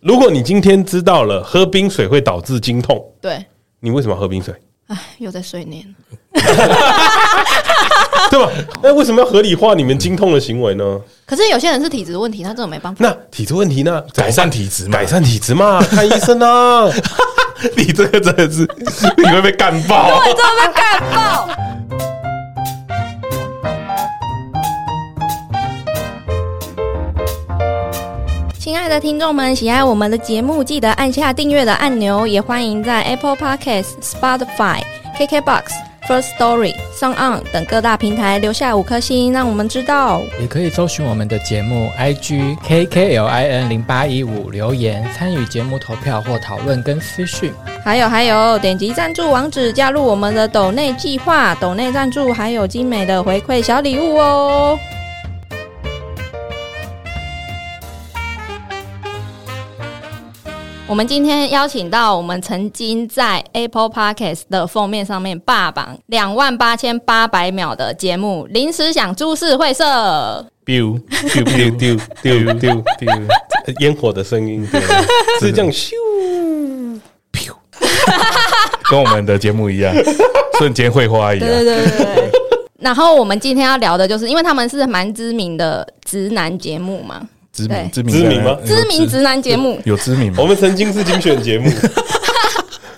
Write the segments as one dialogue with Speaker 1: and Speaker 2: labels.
Speaker 1: 如果你今天知道了喝冰水会导致经痛，
Speaker 2: 对，
Speaker 1: 你为什么要喝 冰水？
Speaker 2: 哎，又在碎念。
Speaker 1: 对吧？那为什么要合理化你们经痛的行为呢？
Speaker 2: 可是有些人是体质问题，他真的没办法。
Speaker 1: 那体质问题呢？
Speaker 3: 改善体质嘛
Speaker 1: 改。善体质 嘛，看医生啊。
Speaker 3: 你这个真的是你会被干 爆。
Speaker 2: 真的被干爆！亲爱的听众们，喜爱我们的节目，记得按下订阅的按钮，也欢迎在 Apple Podcast、Spotify、KKBox、First Story、s o n On 等各大平台留下五颗星，让我们知道。
Speaker 4: 也可以搜寻我们的节目 IG KKLIN 零八一五留言，参与节目投票或讨论跟私讯。
Speaker 2: 还有还有，点击赞助网址加入我们的抖内计划，抖内赞助还有精美的回馈小礼物哦。我们今天邀请到我们曾经在 Apple Podcast 的封面上面霸榜两万八千八百秒的节目《临时想株式会社》。
Speaker 1: 丢丢丢丢丢丢丢， 烟火的声音对 是这样咻。
Speaker 3: 跟我们的节目一 样，瞬间会花一样。
Speaker 2: 对对对对。然后我们今天要聊的就是，因为他们是蛮知名的直男节目嘛，
Speaker 3: 知名知
Speaker 2: 对
Speaker 3: 名哦
Speaker 1: 知名吗
Speaker 3: 有
Speaker 2: 哎知名直男节目。
Speaker 3: 有知名吗
Speaker 1: 我？们曾经是精选节 目，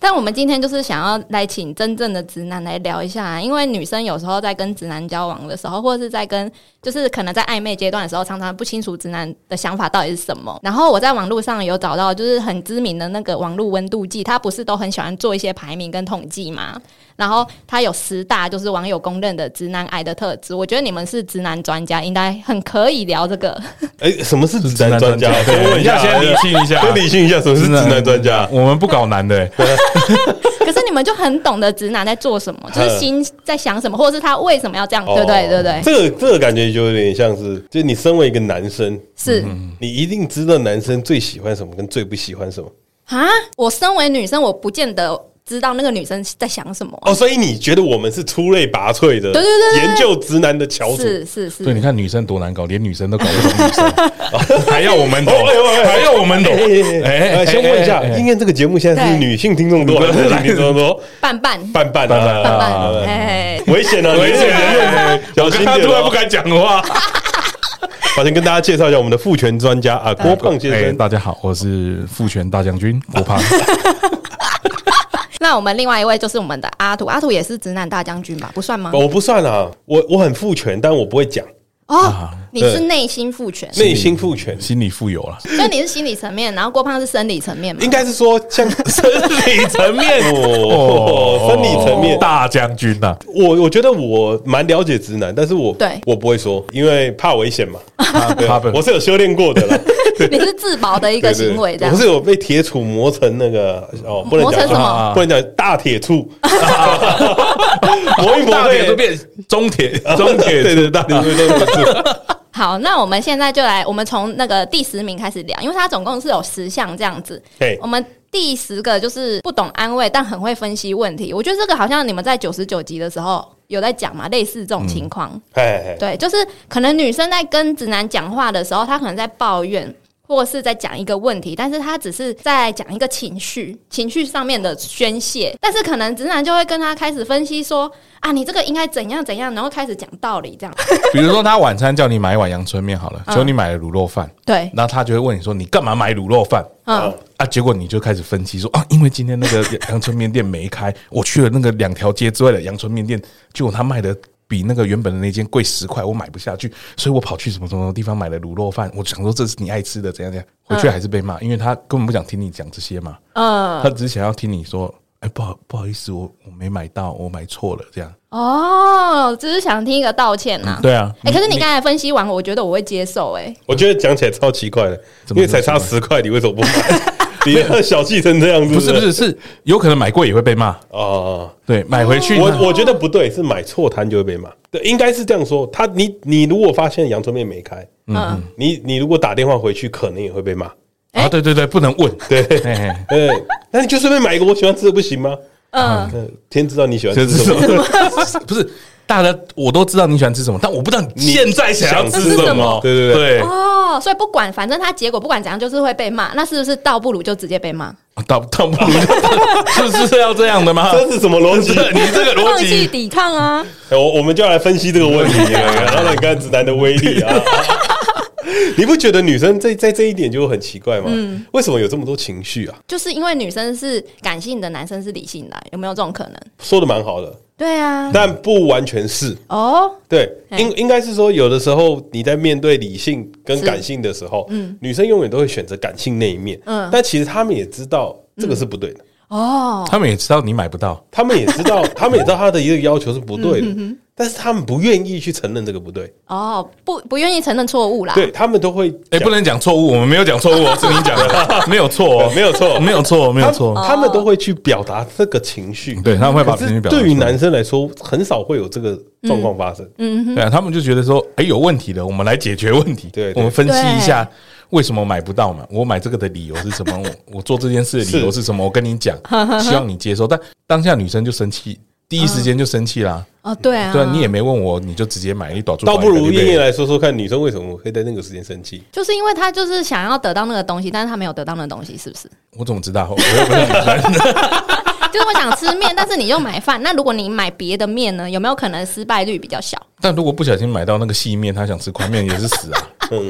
Speaker 2: 但我们今天就是想要来请真正的直男来聊一下、啊因为女生有时候在跟直男交往的时候，或者是在跟就是可能在暧昧阶段的时候，常常不清楚直男的想法到底是什么。然后我在网络上有找到，就是很知名的那个网络温度计，它不是都很喜欢做一些排名跟统计嘛？然后它有十大就是网友公认的直男癌的特质。我觉得你们是直男专家，应该很可以聊这个。
Speaker 1: 哎，什么是直男专家？
Speaker 3: 直男专家啊
Speaker 1: 我问一下，
Speaker 3: 等一下先理清一下
Speaker 1: 先理清一下，什么是
Speaker 3: 啊
Speaker 1: 直男专家？
Speaker 3: 我们不搞男的、欸，
Speaker 2: 可是你们就很懂得直男在做什么，就是心在想什么，或者是他为什么要这样，对不
Speaker 1: 哦
Speaker 2: 对？对不对？
Speaker 1: 这个这个感觉就有点像是，就是你身为一个男生，
Speaker 2: 是
Speaker 1: 你一定知道男生最喜欢什么跟最不喜欢什么。
Speaker 2: 啊，我身为女生，我不见得知道那个女生在想什么。
Speaker 1: 哦，所以你觉得我们是出类拔萃的，
Speaker 2: 对对对对对
Speaker 1: 研究直男的翘楚。
Speaker 2: 是是
Speaker 3: 所以你
Speaker 2: 是，
Speaker 3: 看女生多难搞，连女生都搞不懂女生， 还要我们懂
Speaker 1: 哦哎呦哎呦，
Speaker 3: 还要我们懂
Speaker 1: 哎。哎哎
Speaker 3: 哎
Speaker 1: 哎，先问一下
Speaker 3: 哎哎，哎
Speaker 1: 今天这个节目现在是
Speaker 2: 对
Speaker 1: 女性听众多还是男性听众多？
Speaker 2: 半半
Speaker 1: 半半
Speaker 3: 半
Speaker 2: 半
Speaker 1: 啊，
Speaker 2: 半，哎，
Speaker 1: 危险啊！
Speaker 3: 危险
Speaker 1: 啊！
Speaker 3: 哎我
Speaker 1: 小
Speaker 3: 刚
Speaker 1: 心
Speaker 3: 刚
Speaker 1: 点
Speaker 3: 突然
Speaker 1: 哦
Speaker 3: 不。敢讲话。
Speaker 1: 好，先跟大家介绍一下我们的父权专家啊，郭胖先
Speaker 3: 哎
Speaker 1: 生。
Speaker 3: 大家好，我是父权大将军郭 胖。
Speaker 2: 那我们另外一位就是我们的阿土，阿土也是直男大将军吧？不算吗？
Speaker 1: 我不算啊，我我很父权，但我不会讲
Speaker 3: 啊
Speaker 2: 哦，你是
Speaker 1: 对
Speaker 2: 内心父权，所
Speaker 1: 内心父权。
Speaker 3: 心理富有了，
Speaker 2: 以你是心理层面，然后郭胖是生理层面嘛
Speaker 1: 应？该是说像生理层 面哦，生理层面。
Speaker 3: 大将军啊呐、
Speaker 1: 我我觉得我蛮了解直男，但是我
Speaker 2: 对
Speaker 1: 我不会说，因为怕危险嘛。
Speaker 3: 啊，
Speaker 1: 对
Speaker 3: 他本
Speaker 1: 我是有修炼过 的啦，
Speaker 2: 你是自保的一个行为，
Speaker 1: 对对
Speaker 2: 这
Speaker 1: 对
Speaker 2: 样
Speaker 1: 我是有被铁杵磨成那个哦，不能
Speaker 2: 磨
Speaker 1: 讲
Speaker 2: 成什
Speaker 3: 啊
Speaker 2: 么？
Speaker 1: 不能讲大铁 杵，磨一磨
Speaker 3: 大铁
Speaker 1: 对
Speaker 3: 都变中 铁，
Speaker 1: 中
Speaker 3: 中铁
Speaker 1: 铁 对对大铁柱中铁柱，
Speaker 2: 好，那我们现在就来，我们从那个第十名开始聊，因为它总共是有十项这样子。
Speaker 1: 嘿
Speaker 2: 我们第十个就是不懂安慰，但很会分析问题。我觉得这个好像你们在九十九集的时候有在讲嘛，类似这种情况。
Speaker 1: 哎，
Speaker 2: 对，就是可能女生在跟直男讲话的时候，她可能在抱怨。或是在讲一个问题，但是她只是在讲一个情绪，情绪上面的宣泄。但是可能直男就会跟她开始分析说啊，你这个应该怎样怎样，然后开始讲道理这样。
Speaker 3: 比如说他晚餐叫你买一碗阳春面好了，
Speaker 2: 嗯
Speaker 3: 结果你买了卤肉饭，
Speaker 2: 对，
Speaker 3: 然后他就会问你说你干嘛买卤肉饭？
Speaker 2: 嗯，
Speaker 3: 啊，结果你就开始分析说啊，因为今天那 个阳春面店没开，我去了那个两条街之外的阳春面店，结果他卖的比那个原本的那间贵十块，我买不下去，所以我跑去什么什么地方买了卤肉饭，我想说这是你爱吃的，怎样怎样，回去还是被骂，因为他根本不想听你讲这些嘛，
Speaker 2: 嗯，
Speaker 3: 他只想要听你说，哎，不好不好意思，我我没买到，我买错了这样。
Speaker 2: 哦，只是想听一个道歉呐、
Speaker 3: 对啊，
Speaker 2: 哎、可是你刚才分析完，我觉得我会接受、哎，
Speaker 1: 我觉得讲起来超奇怪的，
Speaker 3: 怎
Speaker 1: 因
Speaker 3: 么
Speaker 1: 为才差
Speaker 3: 怎么
Speaker 1: 十块，你为什么不 买？你那小气成这样
Speaker 2: 嗯
Speaker 1: 子，
Speaker 3: 不是不是是有可能买贵也会被骂，
Speaker 1: 哦，
Speaker 3: 对，买回去啊
Speaker 1: 我我觉得不对，是买错摊就会被骂。对，应该是这样说。他你你如果发现阳春面没开，
Speaker 2: 嗯，
Speaker 1: 你你如果打电话回去，可能也会被骂。
Speaker 3: 啊，对对对，不能问，
Speaker 1: 对，
Speaker 3: 嘿 嘿
Speaker 1: 对，那你就随便买一个我喜欢吃的不行吗？啊
Speaker 2: 嗯，
Speaker 1: 嗯，天知道你喜欢
Speaker 3: 这
Speaker 1: 吃
Speaker 3: 是
Speaker 1: 什
Speaker 3: 什
Speaker 1: 么。
Speaker 3: 么？不是大家我都知道你喜欢吃什么，但我不知道你现在想要吃
Speaker 5: 想吃
Speaker 3: 什
Speaker 5: 什
Speaker 3: 么
Speaker 5: 么。
Speaker 1: 对对对
Speaker 3: 对，
Speaker 5: 哦，所以不管，反正他结果不管怎样，就是会被骂。那是不是倒不如就直接被骂？
Speaker 3: 哦倒倒不如 是是要这样的吗？
Speaker 1: 这是什么逻辑
Speaker 3: 真？的，你这个逻
Speaker 5: 放弃
Speaker 3: 辑，
Speaker 5: 抵抗啊！
Speaker 1: 哎我我们就要来分析这个问题了，然后你看直男的威力 啊。你不觉得女生在在这一点就很奇怪吗？
Speaker 2: 嗯
Speaker 1: 为什么有这么多情绪啊？
Speaker 5: 就是因为女生是感性的，男生是理性的，啊有没有这种可能？
Speaker 1: 说的蛮好的，
Speaker 5: 对啊，
Speaker 1: 但不完全是。
Speaker 5: 哦，
Speaker 1: 对，
Speaker 5: 哎
Speaker 1: 应应该是说，有的时候你在面对理性跟
Speaker 5: 是
Speaker 1: 感性的时候，女生永远都会选择感性那一面，
Speaker 5: 嗯
Speaker 1: 但其实她们也知道这个是不对的，
Speaker 5: 哦，
Speaker 3: 他们也知道你买不到，
Speaker 1: 她们也知 道，她们也知道她的一个要求是不
Speaker 5: 嗯
Speaker 1: 对的，但是她们不愿意去承认这个不对，
Speaker 5: 哦，不不愿意承认错误啦。
Speaker 1: 对她们都会
Speaker 3: 哎，
Speaker 1: 讲
Speaker 3: 不能讲错误，我们没有讲错误哦，是你讲 的，没有错哦，
Speaker 1: 没有错
Speaker 3: 没有错，没有
Speaker 5: 哦
Speaker 3: 错，嗯
Speaker 1: 他们都会去表达这个情绪，
Speaker 3: 对，他们会把
Speaker 1: 可
Speaker 3: 情绪
Speaker 1: 是
Speaker 3: 表达
Speaker 1: 对于
Speaker 3: 出来
Speaker 1: 男生来说，很少会有这个状况发生。
Speaker 5: 嗯
Speaker 3: 对啊，他们就觉得说，哎、有问题了，我们来解决问题。
Speaker 1: 对对
Speaker 3: 我们分析一下为什么买不到嘛？我买这个的理由是什 么？我我做这件事的理由是什么？我跟你讲，希望你接受。但当下女生就生气，第一时间就生气啦。
Speaker 5: 哦，对啊，
Speaker 3: 对啊，你也没问我，你就直接买一朵猪。
Speaker 1: 倒不如啊燕
Speaker 3: 对不
Speaker 1: 燕
Speaker 3: 对
Speaker 1: 来说说看，女生为什么会在那个时间生气？
Speaker 5: 就是因为他就是想要得到那个东西，但是他没有得到那个东西，是不是？
Speaker 3: 我怎么知道？我又 不是女生。
Speaker 5: 就是我想吃面，但是你又买饭，那如果你买别的面呢，有没有可能失败率比较小？
Speaker 3: 但如果不小心买到那个细面，她想吃宽面也是 死啊！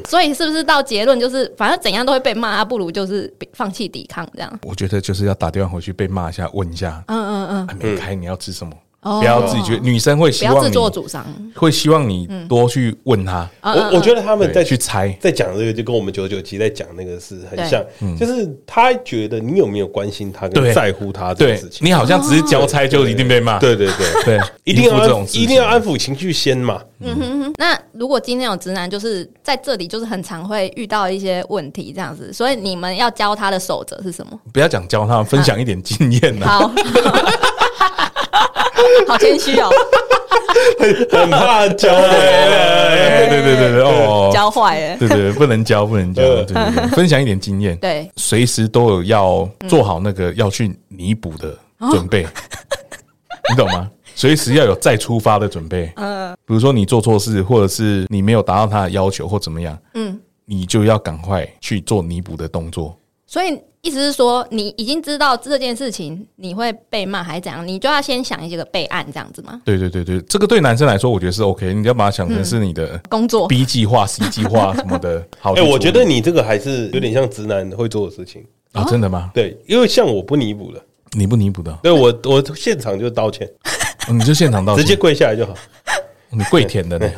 Speaker 5: 所以是不是到结论就是，反正怎样都会被骂，啊不如就是放弃抵抗这样？
Speaker 3: 我觉得就是要打电话回去被骂一下，问一下，
Speaker 5: 嗯嗯嗯，
Speaker 3: 还没开你要吃什么？
Speaker 5: 哦
Speaker 3: 不要自己觉得，女生会
Speaker 5: 不
Speaker 3: 希
Speaker 5: 要
Speaker 3: 望
Speaker 5: 自
Speaker 3: 你
Speaker 5: 作主张。嗯
Speaker 3: 会希望你多去问她。
Speaker 1: 我我觉得他们在
Speaker 3: 嗯对去猜
Speaker 1: 在讲这个，就跟我们九九七在讲那个是很像，就是他觉得你有没有关心他，
Speaker 3: 嗯对
Speaker 1: 跟在乎他这
Speaker 3: 对
Speaker 1: 件事情。
Speaker 3: 你好像只是交差就一定被骂，
Speaker 1: 对对 对，
Speaker 3: 对，
Speaker 1: 一定要
Speaker 3: 应付这种
Speaker 1: 安
Speaker 3: 事情
Speaker 1: 一定要安抚情绪先嘛。
Speaker 5: 嗯那如果今天有直男，就是在这里就是很常会遇到一些问题这样子，所以你们要教他的守则是什么？
Speaker 3: 不要讲教他们，分享一点经验啊呐。
Speaker 5: 好，好谦虚 哦，
Speaker 1: 很怕教
Speaker 3: 哎， 对对对对哦，
Speaker 5: 教坏了。
Speaker 3: 对对，不能教，不能教，对对对，分享一点经验，
Speaker 5: 对，
Speaker 3: 随时都有要做好那个要去弥补的
Speaker 5: 哦
Speaker 3: 准 备，你懂吗？随时要有再出发的准备，嗯，比如说你做错事，或者是你没有达到他的要求，或怎么样，嗯，你就要赶快去做弥补的动作。
Speaker 5: 所以意思是说，你已经知道这件事情你会被骂还是怎样，你就要先想一个备案这样子吗？
Speaker 3: 对对对对，这个对男生来说，我觉得是 OK，你要把它想成是你的
Speaker 5: 工作
Speaker 3: B 计划、C 计划什 么的。 好去
Speaker 1: 嗯哎，
Speaker 3: 处理，
Speaker 1: 我觉得你这个还是有点像直男会做的事情。
Speaker 3: 啊，真的吗？
Speaker 1: 对，因为像我不弥补了，
Speaker 3: 你不弥补的，
Speaker 1: 对我我现场就道歉，
Speaker 3: 哦你就现场道歉
Speaker 1: 直接跪下来就好。
Speaker 3: 你跪舔的呢？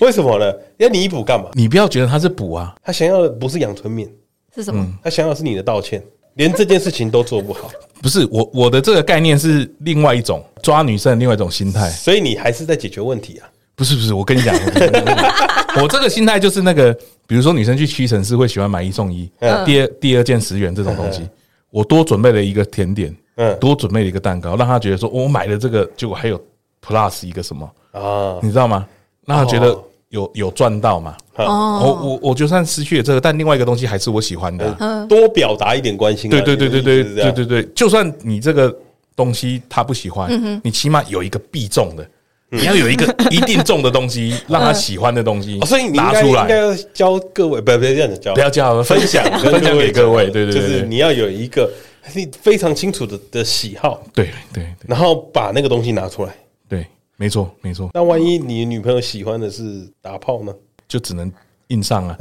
Speaker 1: 为什么呢？要弥补干嘛？
Speaker 3: 你不要觉得他是补啊，
Speaker 1: 他想要的不是阳春面，
Speaker 5: 是什么？
Speaker 3: 嗯
Speaker 1: 他想要的是你的道歉，连这件事情都做不 好，
Speaker 3: 不是我我的这个概念是另外一种抓女生的另外一种心态。
Speaker 1: 所以你还是在解决问题啊。
Speaker 3: 不是不是，我跟你讲，我跟你讲我 这个心态就是那个，比如说女生去屈臣氏会喜欢买一送一，
Speaker 1: 嗯
Speaker 3: 第二第二件十元这种东西，我多准备了一个甜点，
Speaker 1: 嗯
Speaker 3: 多准备了一个蛋糕，让她觉得说哦我买了这个，结果还有 plus 一个什么，
Speaker 1: 啊，
Speaker 3: 你知道吗？让她觉得
Speaker 1: 哦嗯
Speaker 3: 有有赚到嘛。
Speaker 5: 哦，
Speaker 3: 我我我就算失去了这个，但另外一个东西还是我喜欢
Speaker 1: 嗯
Speaker 3: 的啊。
Speaker 1: 多表达一点关心啊。
Speaker 3: 对对对对对
Speaker 1: 你的意思是这
Speaker 3: 对
Speaker 1: 样
Speaker 3: 对对，就算你这个东西他不喜欢，你起码有一个必中的，你要有 一个一定中的东西，让他喜欢的东西
Speaker 1: 哦，所以你应
Speaker 3: 拿
Speaker 1: 该
Speaker 3: 出
Speaker 1: 应该
Speaker 3: 来，
Speaker 1: 要教各位，不不这样子教，
Speaker 3: 不要叫
Speaker 1: 分享跟
Speaker 3: 分享给各位，对对
Speaker 1: 就
Speaker 3: 对
Speaker 1: 是
Speaker 3: 对
Speaker 1: 你要有一个你非常清楚的的喜好，
Speaker 3: 对对
Speaker 1: 然后把那个东西拿出来。
Speaker 3: 对，没错没错，
Speaker 1: 那万一你女朋友喜欢的是打炮呢？
Speaker 3: 就只能硬上 啊。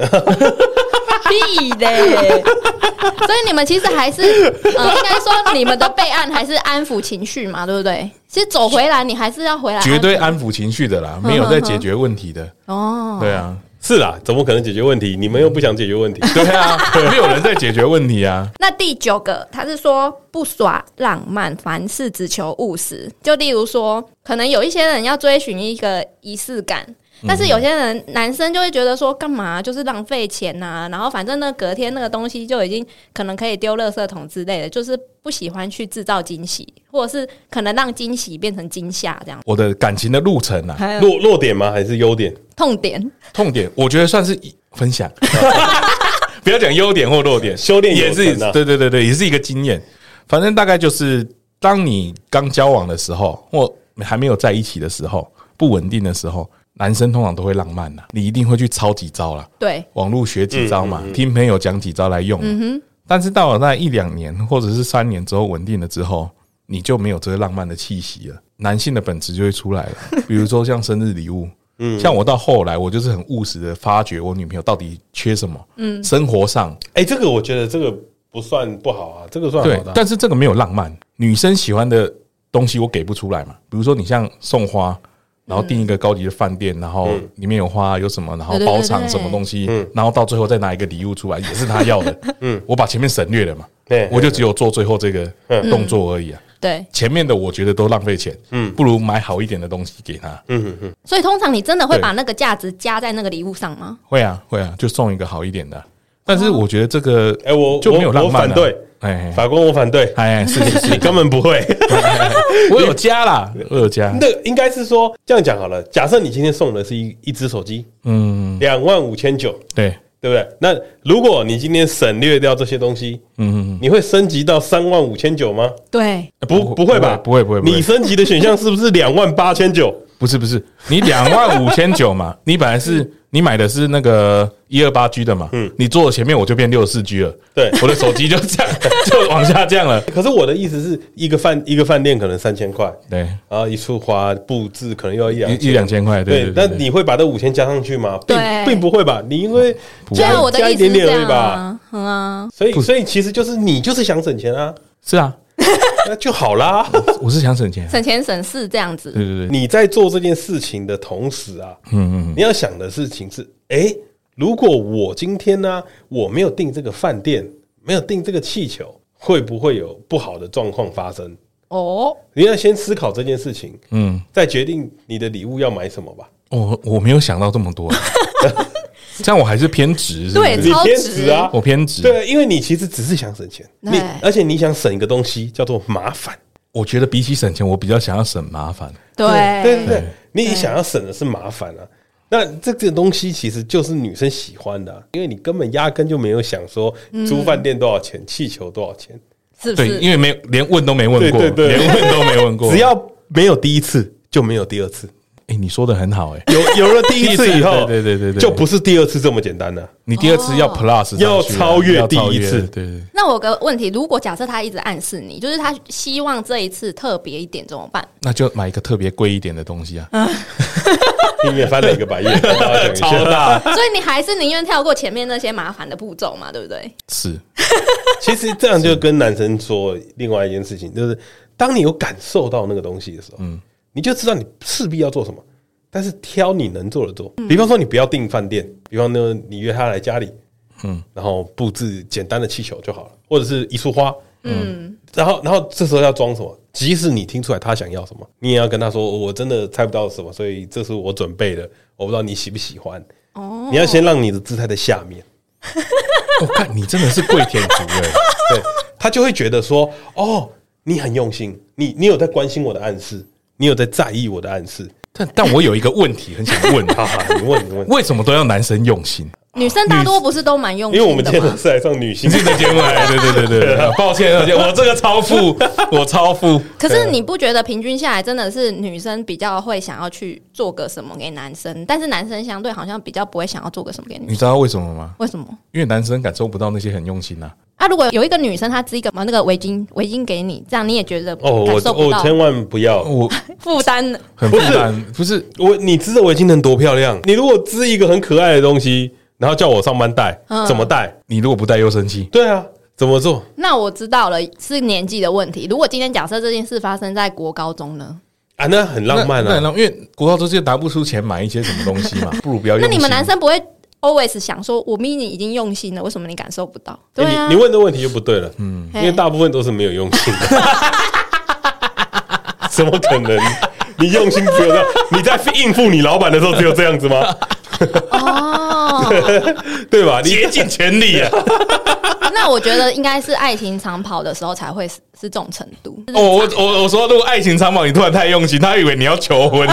Speaker 5: 屁嘞！ 所以你们其实还是，呃，应该说你们的备案还是安抚情绪嘛，对不对？其实走回来，你还是要回来安抚，
Speaker 3: 绝对安抚情绪的啦，没有在解决问题的。
Speaker 5: 哦。
Speaker 3: 对啊，
Speaker 1: 是啦，怎么可能解决问题？你们又不想解决问题，
Speaker 3: 对啊，没有人在解决问题啊。
Speaker 5: 那第九个，他是说不耍浪漫，凡事只求务实。就例如说，可能有一些人要追寻一个仪式感，但是有些人男生就会觉得说，干嘛就是浪费钱呐、然后反正那隔天那个东西就已经可能可以丢垃圾桶之类的，就是不喜欢去制造惊喜，或者是可能让惊喜变成惊吓这样。
Speaker 3: 我的感情的路程啊，
Speaker 5: 还有
Speaker 1: 弱弱点吗？还是优点？
Speaker 5: 痛点，
Speaker 3: 痛点，我觉得算是一 分享，不要讲优点或弱点，
Speaker 1: 修炼
Speaker 3: 也
Speaker 1: 有
Speaker 3: 是
Speaker 1: 成啊
Speaker 3: 对对对对，也是一个经验。反正大概就是，当你刚交往的时候，或还没有在一起的时候，不稳定的时候，男生通常都会浪漫啦，你一定会去抄几招啦，
Speaker 5: 对，
Speaker 3: 网络学几招嘛，听朋友讲几招来用。嗯、但是到了那一两年或者是三年之后稳定了之后，你就没有这个浪漫的气息了，男性的本质就会出 来了。比如说像生日礼物，嗯，像我到后来我就是很务实的发掘我女朋友到底缺什么，嗯，生活上
Speaker 1: 哎、这个我觉得这个不算不好啊，这个算
Speaker 3: 对
Speaker 1: 好的，啊、
Speaker 3: 但是这个没有浪漫，女生喜欢的东西我给不出来嘛。比如说你像送花，然后订一个高级的饭店，然后
Speaker 1: 嗯
Speaker 3: 里面有花有什么，然后
Speaker 5: 对对对
Speaker 3: 包
Speaker 5: 对
Speaker 3: 场
Speaker 5: 对
Speaker 3: 什么东西
Speaker 1: 嗯，
Speaker 3: 然后到最后再拿一个礼物出来，也是 她要的。嗯，我把前面省略了嘛，
Speaker 1: 对
Speaker 3: 我就只有做最后这个动作而已啊。
Speaker 5: 对，
Speaker 3: 前面的我觉得都浪费钱，
Speaker 1: 嗯
Speaker 3: 不如买好一点的东西给她。
Speaker 1: 嗯嗯
Speaker 5: 所以通常你真的会
Speaker 3: 对
Speaker 5: 把那个价值加在那个礼物上吗？
Speaker 3: 会啊，会啊，就送一个好一点的啊。但是我觉得这个
Speaker 1: 哎、我
Speaker 3: 就没有
Speaker 1: 我
Speaker 3: 浪
Speaker 1: 我
Speaker 3: 漫
Speaker 1: 反
Speaker 3: 了。
Speaker 1: 对，
Speaker 3: 哎，
Speaker 1: 法官我反对，
Speaker 3: 哎哎，是 是是，
Speaker 1: 你根本不会。
Speaker 3: 我有加啦，我有加。
Speaker 1: 那应该是说这样讲好了，假设你今天送的是一一只手机，
Speaker 3: 嗯，
Speaker 1: 两万五千九，
Speaker 3: 对，
Speaker 1: 对不对？那如果你今天省略掉这些东西，
Speaker 3: 嗯，
Speaker 1: 你会升级到三万五千九吗？
Speaker 5: 对，
Speaker 1: 呃不，不会吧？
Speaker 3: 不会，不会，不
Speaker 1: 你
Speaker 3: 会，
Speaker 1: 升级的选项是不 是两万八千九？
Speaker 3: 不是，不是，你两万五千九嘛， 你本来是你买的是那个一二八 G 的嘛，嗯，你坐我前面我就变六四 G 了，
Speaker 1: 对
Speaker 3: 我的手机就 这样就往下降了，
Speaker 1: 可是我的意思是一个饭一个饭店可能三千块，
Speaker 3: 对，
Speaker 1: 然啊后一束花布置可能要一两
Speaker 3: 一一两千块，对
Speaker 1: 对，
Speaker 3: 对
Speaker 1: 那
Speaker 3: 对，
Speaker 1: 你会把这五千加上去吗？并
Speaker 5: 对
Speaker 1: 并不会吧？你因为
Speaker 5: 所以
Speaker 1: 加
Speaker 5: 啊我的
Speaker 1: 加
Speaker 5: 意
Speaker 1: 一
Speaker 5: 思
Speaker 1: 点
Speaker 5: 是
Speaker 1: 点
Speaker 5: 这
Speaker 1: 而已
Speaker 5: 样
Speaker 1: 吧。
Speaker 5: 啊，嗯啊，
Speaker 1: 所以
Speaker 3: 不
Speaker 1: 所以其实就是你就是想省钱啊，
Speaker 3: 是啊，
Speaker 1: 那就好啦。
Speaker 3: 我是想省钱，
Speaker 5: 省钱省事这样子，
Speaker 3: 对对对，
Speaker 1: 你在做这件事情的同时啊，
Speaker 3: 嗯嗯，
Speaker 1: 你要想的事情是，诶，如果我今天呢、我没有订这个饭店，没有订这个气球，会不会有不好的状况发生？
Speaker 5: 哦，
Speaker 1: 你要先思考这件事情，
Speaker 3: 嗯，
Speaker 1: 再决定你的礼物要买什么吧。
Speaker 3: 我我没有想到这 么多，啊这样我还是偏执，是不
Speaker 5: 对
Speaker 3: 是
Speaker 1: 你
Speaker 5: 哎超
Speaker 1: 偏
Speaker 5: 值
Speaker 1: 执啊，
Speaker 3: 我偏执，
Speaker 1: 对，因为你其实只是想省钱，
Speaker 5: 对
Speaker 1: 你而且你想省一个东西叫做麻烦，
Speaker 3: 我觉得比起省钱，我比较想要省麻烦，
Speaker 5: 对
Speaker 1: 对对对
Speaker 3: 对，
Speaker 1: 你想要省的是麻烦啊。那这个东西其实就是女生喜欢的啊、因为你根本压根就没有想说租饭店多少钱，气球多少钱，
Speaker 5: 是不
Speaker 3: 对，因
Speaker 5: 是？
Speaker 3: 为没有连问都没问过，
Speaker 1: 对对对
Speaker 3: 连问都没问过，
Speaker 1: 只要没有第一次就没有第二次，
Speaker 3: 哎，你说的很好，哎。
Speaker 1: 有有了第一次以后，
Speaker 3: 对对对对对
Speaker 1: 就不是第二次这么简单了、
Speaker 3: 你第二
Speaker 5: 哦
Speaker 3: 次要 plus 上去啊
Speaker 1: 要超越第一次
Speaker 3: 要超越对对对
Speaker 5: 那我有个问题，如果假设他一直暗示你，就是他希望这一次特别一点，怎么办？
Speaker 3: 那就买一个特别贵一点的东西啊，
Speaker 5: 嗯
Speaker 1: 你也翻了一个白眼， 我要讲一下
Speaker 3: 大
Speaker 5: 所以你还是宁愿跳过前面那些麻烦的步骤嘛，对不对？
Speaker 3: 是
Speaker 1: 其实这样就跟男生说另外一件事情，就是当你有感受到那个东西的时候，嗯，你就知道你势必要做什么，但是挑你能做的做。比方说，你不要订饭店，比方呢，你约他来家里，嗯，然后布置简单的气球就好了，或者是一束花，嗯，然后然后这时候要装什么？即使你听出来他想要什么，你也要跟他说，我真的猜不到什么，所以这是我准备的，我不知道你喜不喜欢。哦，你要先让你的姿态在下面。
Speaker 3: 我哦看你真的是跪舔族哎，
Speaker 1: 对他就会觉得说，哦，你很用心，你你有在关心我的暗示，你有在在意我的暗示。
Speaker 3: 但但我有一个问题很想问，
Speaker 1: 哈哈，你问你 问，
Speaker 3: 为什么都要男生用心？
Speaker 5: 女生大多不是都蛮用
Speaker 1: 因为我
Speaker 5: 心
Speaker 1: 们
Speaker 5: 的
Speaker 1: 今天
Speaker 5: 吗？
Speaker 1: 是来上女性
Speaker 3: 你自己的节目哎，对对对对对， 抱歉抱歉，我这个超 负，我超负，
Speaker 5: 可
Speaker 1: 啊
Speaker 5: 是你不觉得平均下来真的是女生比较会想要去做个什么给男生，但是男生相对好像比较不会想要做个什么给女
Speaker 3: 你
Speaker 5: 生？
Speaker 3: 知道为什么吗？
Speaker 5: 为什么？
Speaker 3: 因为男生感受不到那些很用心啊，
Speaker 5: 啊，如果有一个女生她织一个那个围巾，围巾给你，这样你也觉得
Speaker 1: 哦，
Speaker 5: 感
Speaker 1: 我
Speaker 5: 受不
Speaker 1: 我
Speaker 5: 到
Speaker 1: 千万不要。
Speaker 3: 我
Speaker 5: 负担，
Speaker 3: 很负担，不是
Speaker 1: 我你织的围巾能多漂亮？
Speaker 5: 嗯
Speaker 1: 你如果织一个很可爱的东西，然后叫我上班戴，
Speaker 5: 嗯
Speaker 1: 怎么戴？
Speaker 3: 你如果不带又生气，
Speaker 1: 对啊，怎么做？
Speaker 5: 那我知道了，是年纪的问题。如果今天假设这件事发生在国高中呢？
Speaker 1: 啊，那很浪漫
Speaker 3: 那那很
Speaker 1: 啊！
Speaker 3: 浪漫因为国高中就拿不出钱买一些什么东西 嘛，不如不要用
Speaker 5: 那
Speaker 3: 心。啊
Speaker 5: 你们男生不会 always 想说，我咪你已经用心了，为什么你感受不到？对
Speaker 1: 诶
Speaker 5: 啊，
Speaker 1: 哎你你问的问题就不对了，嗯，因为
Speaker 5: 嘿
Speaker 1: 大部分都是没有用心 的，怎么可能？你用心只有这样？你在应付你老板的时候只有这样子 吗？
Speaker 5: 哦，
Speaker 1: 对吧？竭尽全力啊！
Speaker 5: 那我觉得应该是爱情长跑的时候才会是是这种程度。
Speaker 3: 哦，我我我说，如果爱情长跑你突然太用心，他以为你要 求婚，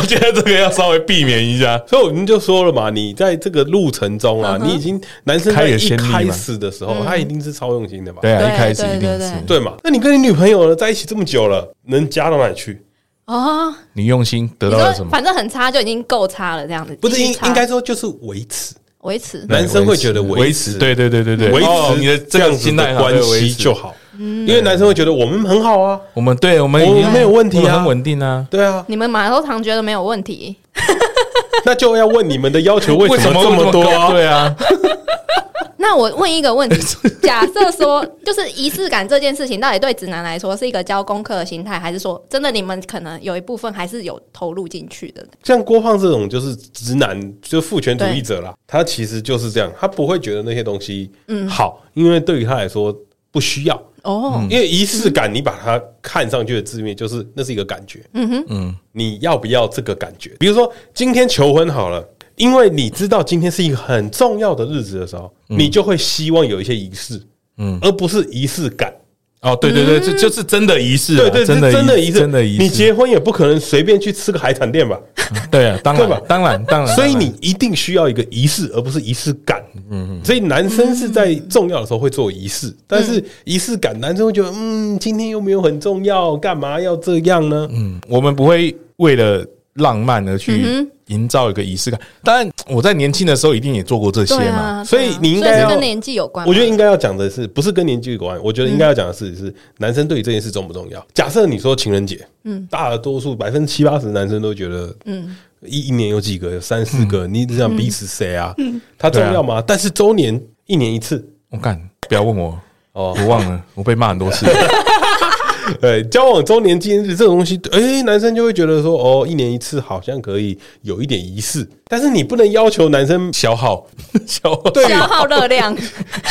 Speaker 3: 我觉得这个要稍微避免一下。
Speaker 1: 所以我们就说了嘛，你在这个路程中啊，你已经男生在
Speaker 3: 开了
Speaker 1: 一
Speaker 3: 先例嘛
Speaker 1: 开始的时候，他一定是超用心的嘛，
Speaker 3: 对啊，
Speaker 5: 对
Speaker 3: 一开始
Speaker 5: 对
Speaker 3: 一定
Speaker 5: 对
Speaker 3: 是
Speaker 1: 对
Speaker 5: 对
Speaker 1: 嘛？那你跟你女朋友呢在一起这么久了，能加到哪里去？
Speaker 5: 哦，
Speaker 3: 你用心得
Speaker 5: 你
Speaker 3: 到了什
Speaker 5: 说
Speaker 3: 么？
Speaker 5: 反正很差就已经够差了，这样子
Speaker 1: 不是
Speaker 5: 继
Speaker 1: 应
Speaker 5: 续差
Speaker 1: 应该说就是维持，
Speaker 5: 维持
Speaker 1: 男生会觉得维
Speaker 3: 维
Speaker 1: 持
Speaker 3: 持，对对对对对，
Speaker 1: 维
Speaker 3: 哦
Speaker 1: 持
Speaker 3: 你的
Speaker 1: 这
Speaker 3: 这
Speaker 1: 样
Speaker 3: 个
Speaker 1: 子
Speaker 3: 心态
Speaker 1: 的
Speaker 3: 好
Speaker 1: 关
Speaker 3: 对维
Speaker 1: 系
Speaker 3: 持
Speaker 1: 就好，因为男生会觉得我们很好啊，
Speaker 3: 我们对我们
Speaker 1: 我
Speaker 3: 已
Speaker 1: 们
Speaker 3: 经
Speaker 1: 没有问题啊
Speaker 3: 我们很稳定啊。
Speaker 1: 对 啊，
Speaker 5: 你们马都常觉得没有问题，
Speaker 1: 那就要问你们的要求为什么这么多啊？
Speaker 3: 对啊，
Speaker 5: 那我问一 个问题：假设说，就是仪式感这件事情，到底对直男来说是一个教功课的心态，还是说真的你们可能有一部分还是有投入进去的？
Speaker 1: 像郭胖这种就是直男，就父权主义者啦，他其实就是这样，他不会觉得那些东西好，因为对于他来说不需要。
Speaker 5: 哦，
Speaker 1: 因为仪式感，你把它看上去的字面就是那是一个感觉，嗯哼，嗯，你要不要这个感觉？比如说今天求婚好了，因为你知道今天是一个很重要的日子的时候，
Speaker 3: 嗯
Speaker 1: 你就会希望有一些仪式，嗯，而不是仪式感。
Speaker 3: 哦，对对
Speaker 5: 嗯
Speaker 3: 对，这就是真的仪式啊，
Speaker 1: 对对，
Speaker 3: 真的
Speaker 1: 是真的仪式，
Speaker 3: 真的仪式，
Speaker 1: 你结婚也不可能随便去吃个海产店吧？
Speaker 3: 对啊，当
Speaker 1: 对吧
Speaker 3: 然当然当然，
Speaker 1: 所以
Speaker 3: 当然
Speaker 1: 你一定需要一个仪式，而不是仪式感。嗯，所以男生是在重要的时候会做仪式，但是仪式感，男生会觉得，嗯，今天又没有很重要，干嘛要这样呢？
Speaker 3: 嗯我们不会为了浪漫而
Speaker 5: 嗯
Speaker 3: 去营造一个仪式感。当然，我在年轻的时候一定也做过这些
Speaker 5: 对
Speaker 3: 嘛。
Speaker 5: 啊，
Speaker 1: 所以
Speaker 5: 对啊
Speaker 1: 你应该
Speaker 5: 所以
Speaker 1: 要
Speaker 5: 是跟年纪有关吗。
Speaker 1: 我觉得应该要讲的是，不是跟年纪有关？我觉得应该要讲的事是，男生对于这件事重不重要？假设你说情人节，嗯，大多数百分之七八十男生都觉得，嗯，一一年有几个，有三四个，你只想逼死谁啊？他重要吗？但是周年一年一次，
Speaker 3: 我看，不要问我，
Speaker 1: 哦，
Speaker 3: 我忘了，我被骂很多次。
Speaker 1: 对，哎交往周年纪念日这种东西，哎、男生就会觉得说，哦，一年一次好像可以有一点仪式，但是你不能要求男生消 耗
Speaker 3: 消耗
Speaker 1: 对
Speaker 5: 消耗热量，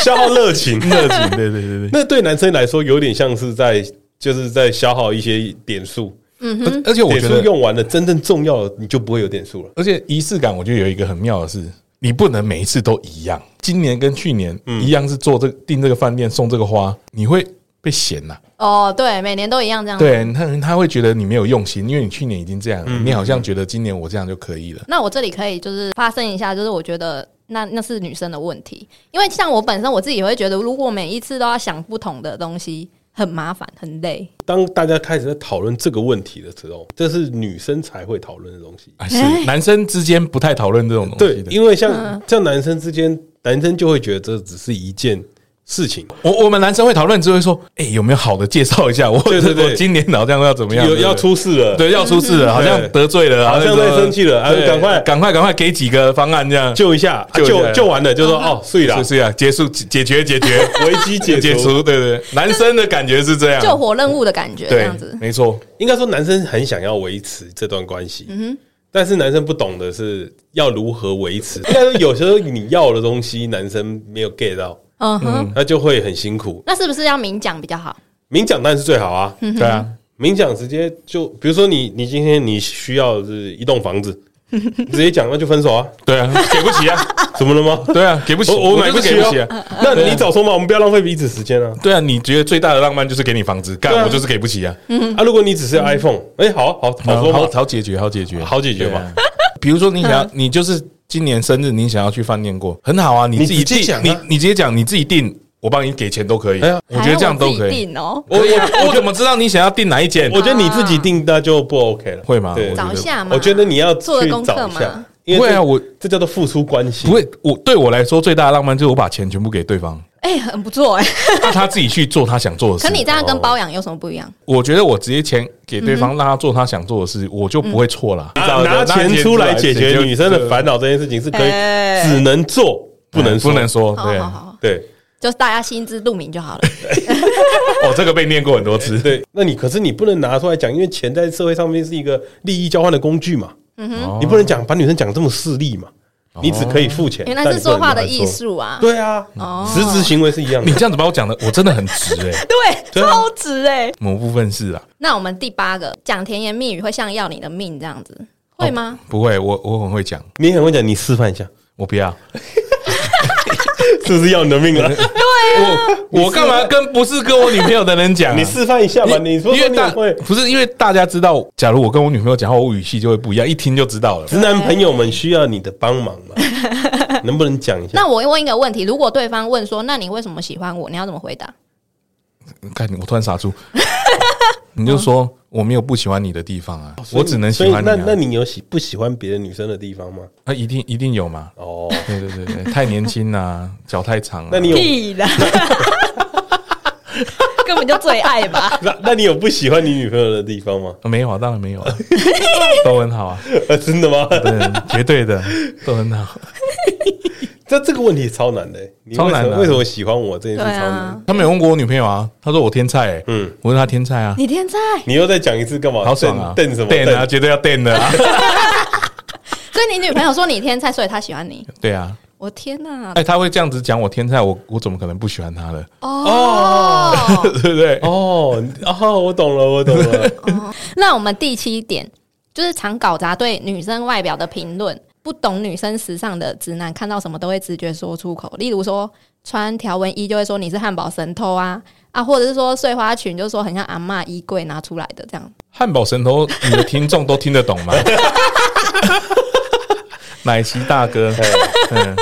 Speaker 1: 消耗热 情，
Speaker 3: 热情， 对对对对。
Speaker 1: 那对男生来说有点像是在就是在消耗一些点数，
Speaker 5: 嗯
Speaker 3: 而而且哎我
Speaker 1: 点
Speaker 3: 觉
Speaker 1: 数
Speaker 3: 得，
Speaker 1: 用完了，真正重要的你就不会有点数了。
Speaker 3: 而且仪式感，我觉得有一个很妙的是，你不能每一次都一样。今年跟去年一样是做这个订这个饭店送这个花，你会被嫌呐、
Speaker 5: 哦，对，每年都一样这样。，
Speaker 3: 对他，他会觉得你没有用心，因为你去年已经这样了，你好像觉得今年我这样就可以了。
Speaker 5: 那我这里可以就是发声一下，就是我觉得那那是女生的问题，因为像我本身我自己也会觉得，如果每一次都要想不同的东西，很麻烦，很累。
Speaker 1: 当大家开始在讨论这个问题的时候，这是女生才会讨论的东西。
Speaker 3: 啊，是
Speaker 5: 哎
Speaker 3: 男生之间不太讨论这种东
Speaker 1: 对
Speaker 3: 西，的。
Speaker 1: 因为像像男生之间，男生就会觉得这只是一件事情，
Speaker 3: 我我们男生会讨论，只会说，哎、有没有好的介绍一下？我
Speaker 1: 对对对
Speaker 3: 我今年好像要怎么样？
Speaker 1: 有
Speaker 3: 对
Speaker 1: 要出事了，
Speaker 3: 对要出事了，好像
Speaker 1: 对
Speaker 3: 得罪了，
Speaker 1: 好像在生气了啊
Speaker 3: 对
Speaker 1: 赶快
Speaker 3: 赶快赶快给几个方案这样，
Speaker 1: 救一下，啊
Speaker 3: 救一下
Speaker 1: 救救完了就说哦，睡了
Speaker 3: 是，是啊，结束解决解决
Speaker 1: 危机解
Speaker 3: 解
Speaker 1: 除。
Speaker 3: 除，对对，男生的感觉是这样，
Speaker 5: 救火任务的感觉，这
Speaker 3: 嗯对
Speaker 5: 样子，。
Speaker 3: 没错，
Speaker 1: 应该说男生很想要维持这段关系，但是男生不懂的是要如何维持。应该说有时候你要的东西，男生没有 get 到，
Speaker 5: 嗯哼，
Speaker 1: 他就会很辛苦。
Speaker 5: 那是不是要明讲比较好？
Speaker 1: 明讲当然是最好啊，
Speaker 5: 嗯
Speaker 3: 对啊，
Speaker 1: 明讲直接就，比如说你你今天你需要的是一栋房子，直接讲那就分手啊，
Speaker 3: 对啊，给不起啊，
Speaker 1: 怎么了吗？
Speaker 3: 对啊，给不起，
Speaker 1: 我我买
Speaker 3: 就
Speaker 1: 不
Speaker 3: 是
Speaker 1: 起
Speaker 3: 给不起
Speaker 1: 哦
Speaker 3: 啊。，
Speaker 1: 那你早说嘛，我们不要浪费彼此时间啊。
Speaker 3: 对啊，你觉得最大的浪漫就是给你房子，
Speaker 1: 对啊
Speaker 3: 干我就是给不起啊，
Speaker 1: 啊，如果你只是 iPhone，哎，好好好说
Speaker 3: 嗯好
Speaker 1: 嘛，
Speaker 3: 好解决，好解决，
Speaker 1: 好解决嘛
Speaker 3: 对啊。比如说你想
Speaker 5: 嗯
Speaker 3: 要，你就是今年生日，你想要去饭店过，很好啊，你自己
Speaker 1: 你直接
Speaker 3: 定
Speaker 1: 讲啊
Speaker 3: 你你直接讲，你自己定，我帮你给钱都可以。
Speaker 1: 哎呀
Speaker 3: 我觉得这样都
Speaker 5: 还要
Speaker 3: 可
Speaker 5: 我自己
Speaker 3: 以。
Speaker 5: 定哦，
Speaker 1: 我
Speaker 3: 可以啊
Speaker 1: 我
Speaker 3: 我怎么知道你想要订哪一间？
Speaker 1: 我觉得你自己定那就不 OK 了，
Speaker 3: 啊会吗
Speaker 1: 对
Speaker 3: 我觉得
Speaker 5: 找一下嘛。
Speaker 1: 我觉得你要去
Speaker 5: 做的功课
Speaker 1: 找一
Speaker 5: 嘛
Speaker 1: 下，因
Speaker 3: 不
Speaker 1: 为
Speaker 3: 会啊，
Speaker 1: 这
Speaker 3: 我
Speaker 1: 这叫做付出关系
Speaker 3: 不。会，我对我来说最大的浪漫就是我把钱全部给 对方，
Speaker 5: 哎、很不错哎、
Speaker 3: 让他自己去做他想做的事。
Speaker 5: 可你这样跟包养有什么不一样？
Speaker 3: 我觉得我直接钱给对
Speaker 5: 嗯
Speaker 3: 方，让他做他想做的事，我就不会错了。
Speaker 1: 啊拿嗯拿钱出来解决女生的烦恼这件事情是可以，
Speaker 5: 哎
Speaker 1: 只能做不能
Speaker 3: 哎不能
Speaker 1: 说。
Speaker 3: 说，
Speaker 5: 哦好
Speaker 3: 对
Speaker 5: 好
Speaker 3: 啊，
Speaker 5: 好，
Speaker 1: 对
Speaker 5: 就是大家心知肚明就好了。
Speaker 3: 哦，这个被念过很多次。
Speaker 1: 对，那你可是你不能拿出来讲，因为钱在社会上面是一个利益交换的工具嘛，
Speaker 5: 嗯
Speaker 3: 哦
Speaker 1: 你不能讲把女生讲这么势利嘛，你只可以付钱，
Speaker 5: 原来
Speaker 1: 但
Speaker 5: 哎是
Speaker 1: 你不能
Speaker 5: 说话的
Speaker 1: 拿来
Speaker 5: 艺
Speaker 1: 说。
Speaker 5: 术啊，
Speaker 1: 对啊，实质行为是一样
Speaker 3: 你
Speaker 1: 的。
Speaker 3: 这样子把我讲的，我真的很直哎，
Speaker 5: 对，
Speaker 1: 对啊
Speaker 5: 超值哎、
Speaker 3: 某部分是啊，
Speaker 5: 那我们第八个讲甜言蜜语会像要你的命这样子，会吗？
Speaker 3: 不会，我我很会讲，
Speaker 1: 你很会讲，你示范一下，
Speaker 3: 我不要，
Speaker 1: 是不是要你的命啊了？哎
Speaker 3: 我我干嘛跟不是跟我女朋友的人 讲 啊？
Speaker 1: 你示范一下吧，
Speaker 3: 因为
Speaker 1: 你说
Speaker 3: 因
Speaker 1: 说
Speaker 3: 为
Speaker 1: 你
Speaker 3: 大
Speaker 1: 很会。
Speaker 3: 不是因为大家知道，假如我跟我女朋友讲话，我语气就会不一样，一听就知道了。
Speaker 1: 直男朋友们需要你的帮忙嘛？能不能讲一下？
Speaker 5: 那我问一个问题，如果对方问说，那你为什么喜欢我？你要怎么回答？
Speaker 3: 看，我突然傻住，你就说我没有不喜欢你的地方啊，
Speaker 1: 哦所以
Speaker 3: 我只能喜欢你、
Speaker 1: 所以
Speaker 3: 啊。
Speaker 1: 那那你有喜不喜欢别的女生的地方吗？
Speaker 3: 啊，一定一定有嘛？
Speaker 1: 哦，
Speaker 3: 对对对对，太年轻啦、 脚太长啊啦、
Speaker 1: 那你有
Speaker 5: 屁啦，根本就最爱吧。
Speaker 1: 那那你有不喜欢你女朋友的地方吗？
Speaker 3: 啊没有啊？当然没有啊，都很好啊，
Speaker 1: 呃，真 的吗？
Speaker 3: 对，绝对的都很好。
Speaker 1: 这这个问题超难的、你为
Speaker 3: 超
Speaker 1: 什
Speaker 3: 难啊
Speaker 1: 么
Speaker 3: 的
Speaker 1: 为什么喜欢我这件事
Speaker 5: 对
Speaker 1: 超难
Speaker 5: 啊？，
Speaker 3: 他没有问过我女朋友啊，他说我天菜、欸，
Speaker 1: 嗯
Speaker 3: 嗯，我说他天菜啊，
Speaker 5: 你天才，
Speaker 1: 你又再讲一次干嘛？
Speaker 3: 好爽啊，
Speaker 1: 瞪瞪什么
Speaker 3: 瞪啊，
Speaker 1: 瞪？
Speaker 3: 绝对要瞪的啊，
Speaker 5: 所以你女朋友说你天才，所以她喜欢你。
Speaker 3: 对啊，
Speaker 5: 我天哪！
Speaker 3: 哎，他会这样子讲我天菜，我我怎么可能不喜欢他呢？
Speaker 5: 哦，
Speaker 3: 对不对？
Speaker 1: 哦哦，我懂了，我懂 了。
Speaker 5: 那我们第七点就是常搞砸对女生外表的评论。不懂女生时尚的直男看到什么都会直觉说出口，例如说穿条纹衣就会说你是汉堡神偷啊啊，或者是说碎花裙就说很像阿嬷衣柜拿出来的这样。
Speaker 3: 汉堡神偷，你的听众都听得懂吗？ 奶昔大哥，嗯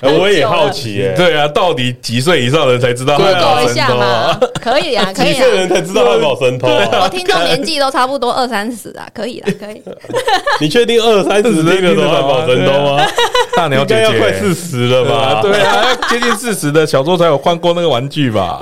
Speaker 1: 哎我也好奇耶、
Speaker 3: 对啊，到底几岁以上的人才知道汉堡
Speaker 5: Google 一
Speaker 3: 神
Speaker 5: 下
Speaker 3: 偷
Speaker 5: 嘛
Speaker 3: 啊？，
Speaker 5: 可以啊，可
Speaker 1: 几
Speaker 5: 以
Speaker 1: 岁人
Speaker 5: 啊。
Speaker 1: 才知道汉堡神偷、
Speaker 5: 我
Speaker 1: 啊？
Speaker 5: 听众年纪都差不多二三十啊，可 以啦，可以。
Speaker 1: 你确定二三十听得懂汉堡
Speaker 3: 啊
Speaker 1: 神偷吗？
Speaker 3: 大鸟
Speaker 1: 应
Speaker 3: 姐
Speaker 1: 该
Speaker 3: 姐
Speaker 1: 要快四十了
Speaker 3: 对
Speaker 1: 吧？
Speaker 3: 吧？对啊，接近四十的小周才有换过那个玩具吧？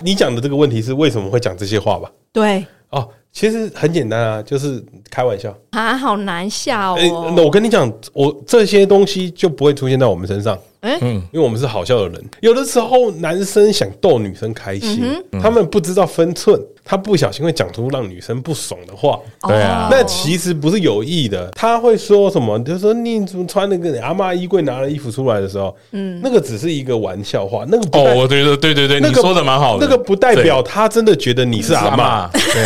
Speaker 1: 你讲的这个问题是为什么会讲这些话吧？
Speaker 5: 对
Speaker 1: 哦，其实很简单啊，就是开玩笑。
Speaker 5: 啊，好难笑
Speaker 1: 哎、那
Speaker 5: 哦。
Speaker 1: 我跟你讲，我这些东西就不会出现在我们身上。
Speaker 5: 哎
Speaker 1: 嗯，因为我们是好笑的人，有的时候男生想逗女生开心，
Speaker 5: 嗯
Speaker 1: 他们不知道分寸，他不小心会讲出让女生不爽的话。
Speaker 3: 对
Speaker 5: 哦
Speaker 3: 啊
Speaker 1: 那其实不是有意的，他会说什么？就是说你怎么穿那个阿妈衣柜拿了衣服出来的时候，嗯，那个只是一个玩笑话，那个不
Speaker 3: 哦
Speaker 1: 代，
Speaker 3: 我觉得对对对，
Speaker 1: 那
Speaker 3: 你
Speaker 1: 个
Speaker 3: 说的蛮好的，
Speaker 1: 那个不代表他真的觉得你是
Speaker 3: 对
Speaker 1: 阿妈，，
Speaker 3: 对，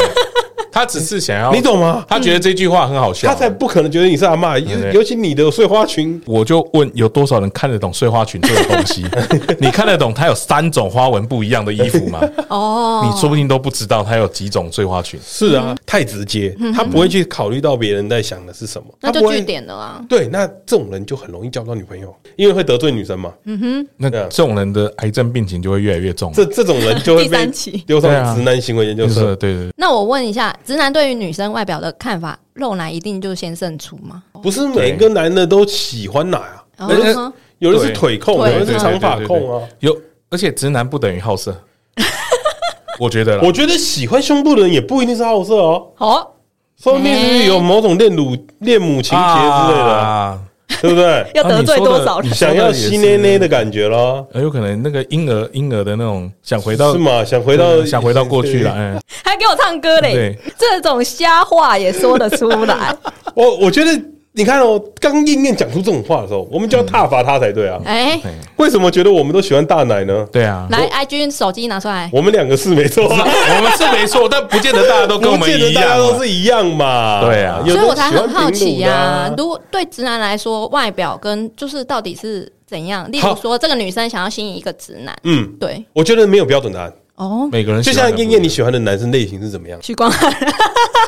Speaker 3: 他只是想要
Speaker 1: 你，懂吗？
Speaker 3: 他觉得这句话很好笑，
Speaker 1: 他才不可能觉得你是阿妈，尤
Speaker 3: 嗯对
Speaker 1: 尤其你的碎花裙，
Speaker 3: 我就问有多少人看得懂碎花裙这种 东西？你看得懂它有三种花纹不一样的衣服吗？
Speaker 5: 哦，
Speaker 3: 你说不定都不知道它有几种碎花裙。
Speaker 1: 是啊，太直接，他不会去考虑到别人在想的是什么，
Speaker 5: 嗯那
Speaker 1: 他不
Speaker 5: 就
Speaker 1: 会
Speaker 5: 据。点了啊。
Speaker 1: 对，那这种人就很容易交不到女朋友，因为会得罪女生嘛。
Speaker 5: 嗯
Speaker 3: 那
Speaker 1: 对啊
Speaker 3: 这种人的癌症病情就会越来越重。
Speaker 1: 这这种人就会
Speaker 5: 第
Speaker 1: 被
Speaker 5: 三期
Speaker 1: 丢
Speaker 3: 对啊
Speaker 1: 上直男行为研究
Speaker 3: 就是
Speaker 1: 社。
Speaker 3: 对对对，
Speaker 5: 那我问一下，直男对于女生外表的看法，肉奶一定就先胜出吗？
Speaker 1: 不是每个男的都喜欢奶啊，
Speaker 5: 哦
Speaker 1: 有人是有人是
Speaker 3: 对
Speaker 1: 腿控，
Speaker 5: 对
Speaker 1: 有人是
Speaker 3: 对对
Speaker 1: 长发
Speaker 3: 对对
Speaker 1: 控啊。
Speaker 3: 对有，而且直男不等于 好色，我觉得啦
Speaker 1: 我觉得喜欢胸部的人也不一定是好色哦，
Speaker 5: 哦，
Speaker 1: 说不定
Speaker 5: 嗯
Speaker 1: 是有某种恋乳恋母情节之类的，
Speaker 3: 啊
Speaker 1: 对不 对？
Speaker 5: 要得罪
Speaker 3: 啊你说的
Speaker 5: 多少人
Speaker 3: 你说
Speaker 1: 想
Speaker 3: 的
Speaker 1: 要
Speaker 3: 也
Speaker 1: 吸奶
Speaker 3: 是
Speaker 1: 奶的感觉咯，
Speaker 3: 呃有可能那个婴儿婴儿的那种想回到
Speaker 1: 是吗？想回到
Speaker 3: 嗯想回到过去了，哎，
Speaker 5: 还给我唱歌嘞
Speaker 3: 对，
Speaker 5: 这种瞎话也说得出 来。
Speaker 1: 我哦我觉得，你看哦，刚燕燕讲出这种话的时候，我们就要挞伐他才对啊。
Speaker 5: 哎，
Speaker 3: 哎
Speaker 1: 为什么觉得我们都喜欢大奶 呢？
Speaker 3: 对啊，
Speaker 5: 来，IG 哎手机拿出来。
Speaker 1: 我们两个是没 错、啊，
Speaker 3: 我们是没错，但不见得大家都跟我们
Speaker 1: 不见得
Speaker 3: 一
Speaker 1: 大家
Speaker 3: 样
Speaker 1: 都
Speaker 3: 啊。
Speaker 1: 是一样嘛。
Speaker 3: 对啊
Speaker 1: 有
Speaker 5: 所
Speaker 1: 的
Speaker 5: 以我才
Speaker 1: 喜欢
Speaker 5: 很好奇
Speaker 1: 平乳的啊
Speaker 5: 呀、如果对直男来说，外表跟就是到底是怎样？例如
Speaker 1: 好
Speaker 5: 说，这个女生想要吸引一个直男，
Speaker 1: 嗯，
Speaker 5: 对，
Speaker 1: 我觉得没有标准答案，
Speaker 5: 哦，
Speaker 3: 每个人
Speaker 1: 就
Speaker 3: 喜欢
Speaker 1: 像
Speaker 3: 的
Speaker 1: 燕
Speaker 3: 不
Speaker 1: 燕
Speaker 3: 一
Speaker 1: 你
Speaker 3: 样
Speaker 1: 喜欢的男生类型是怎么样？
Speaker 5: 许光汉，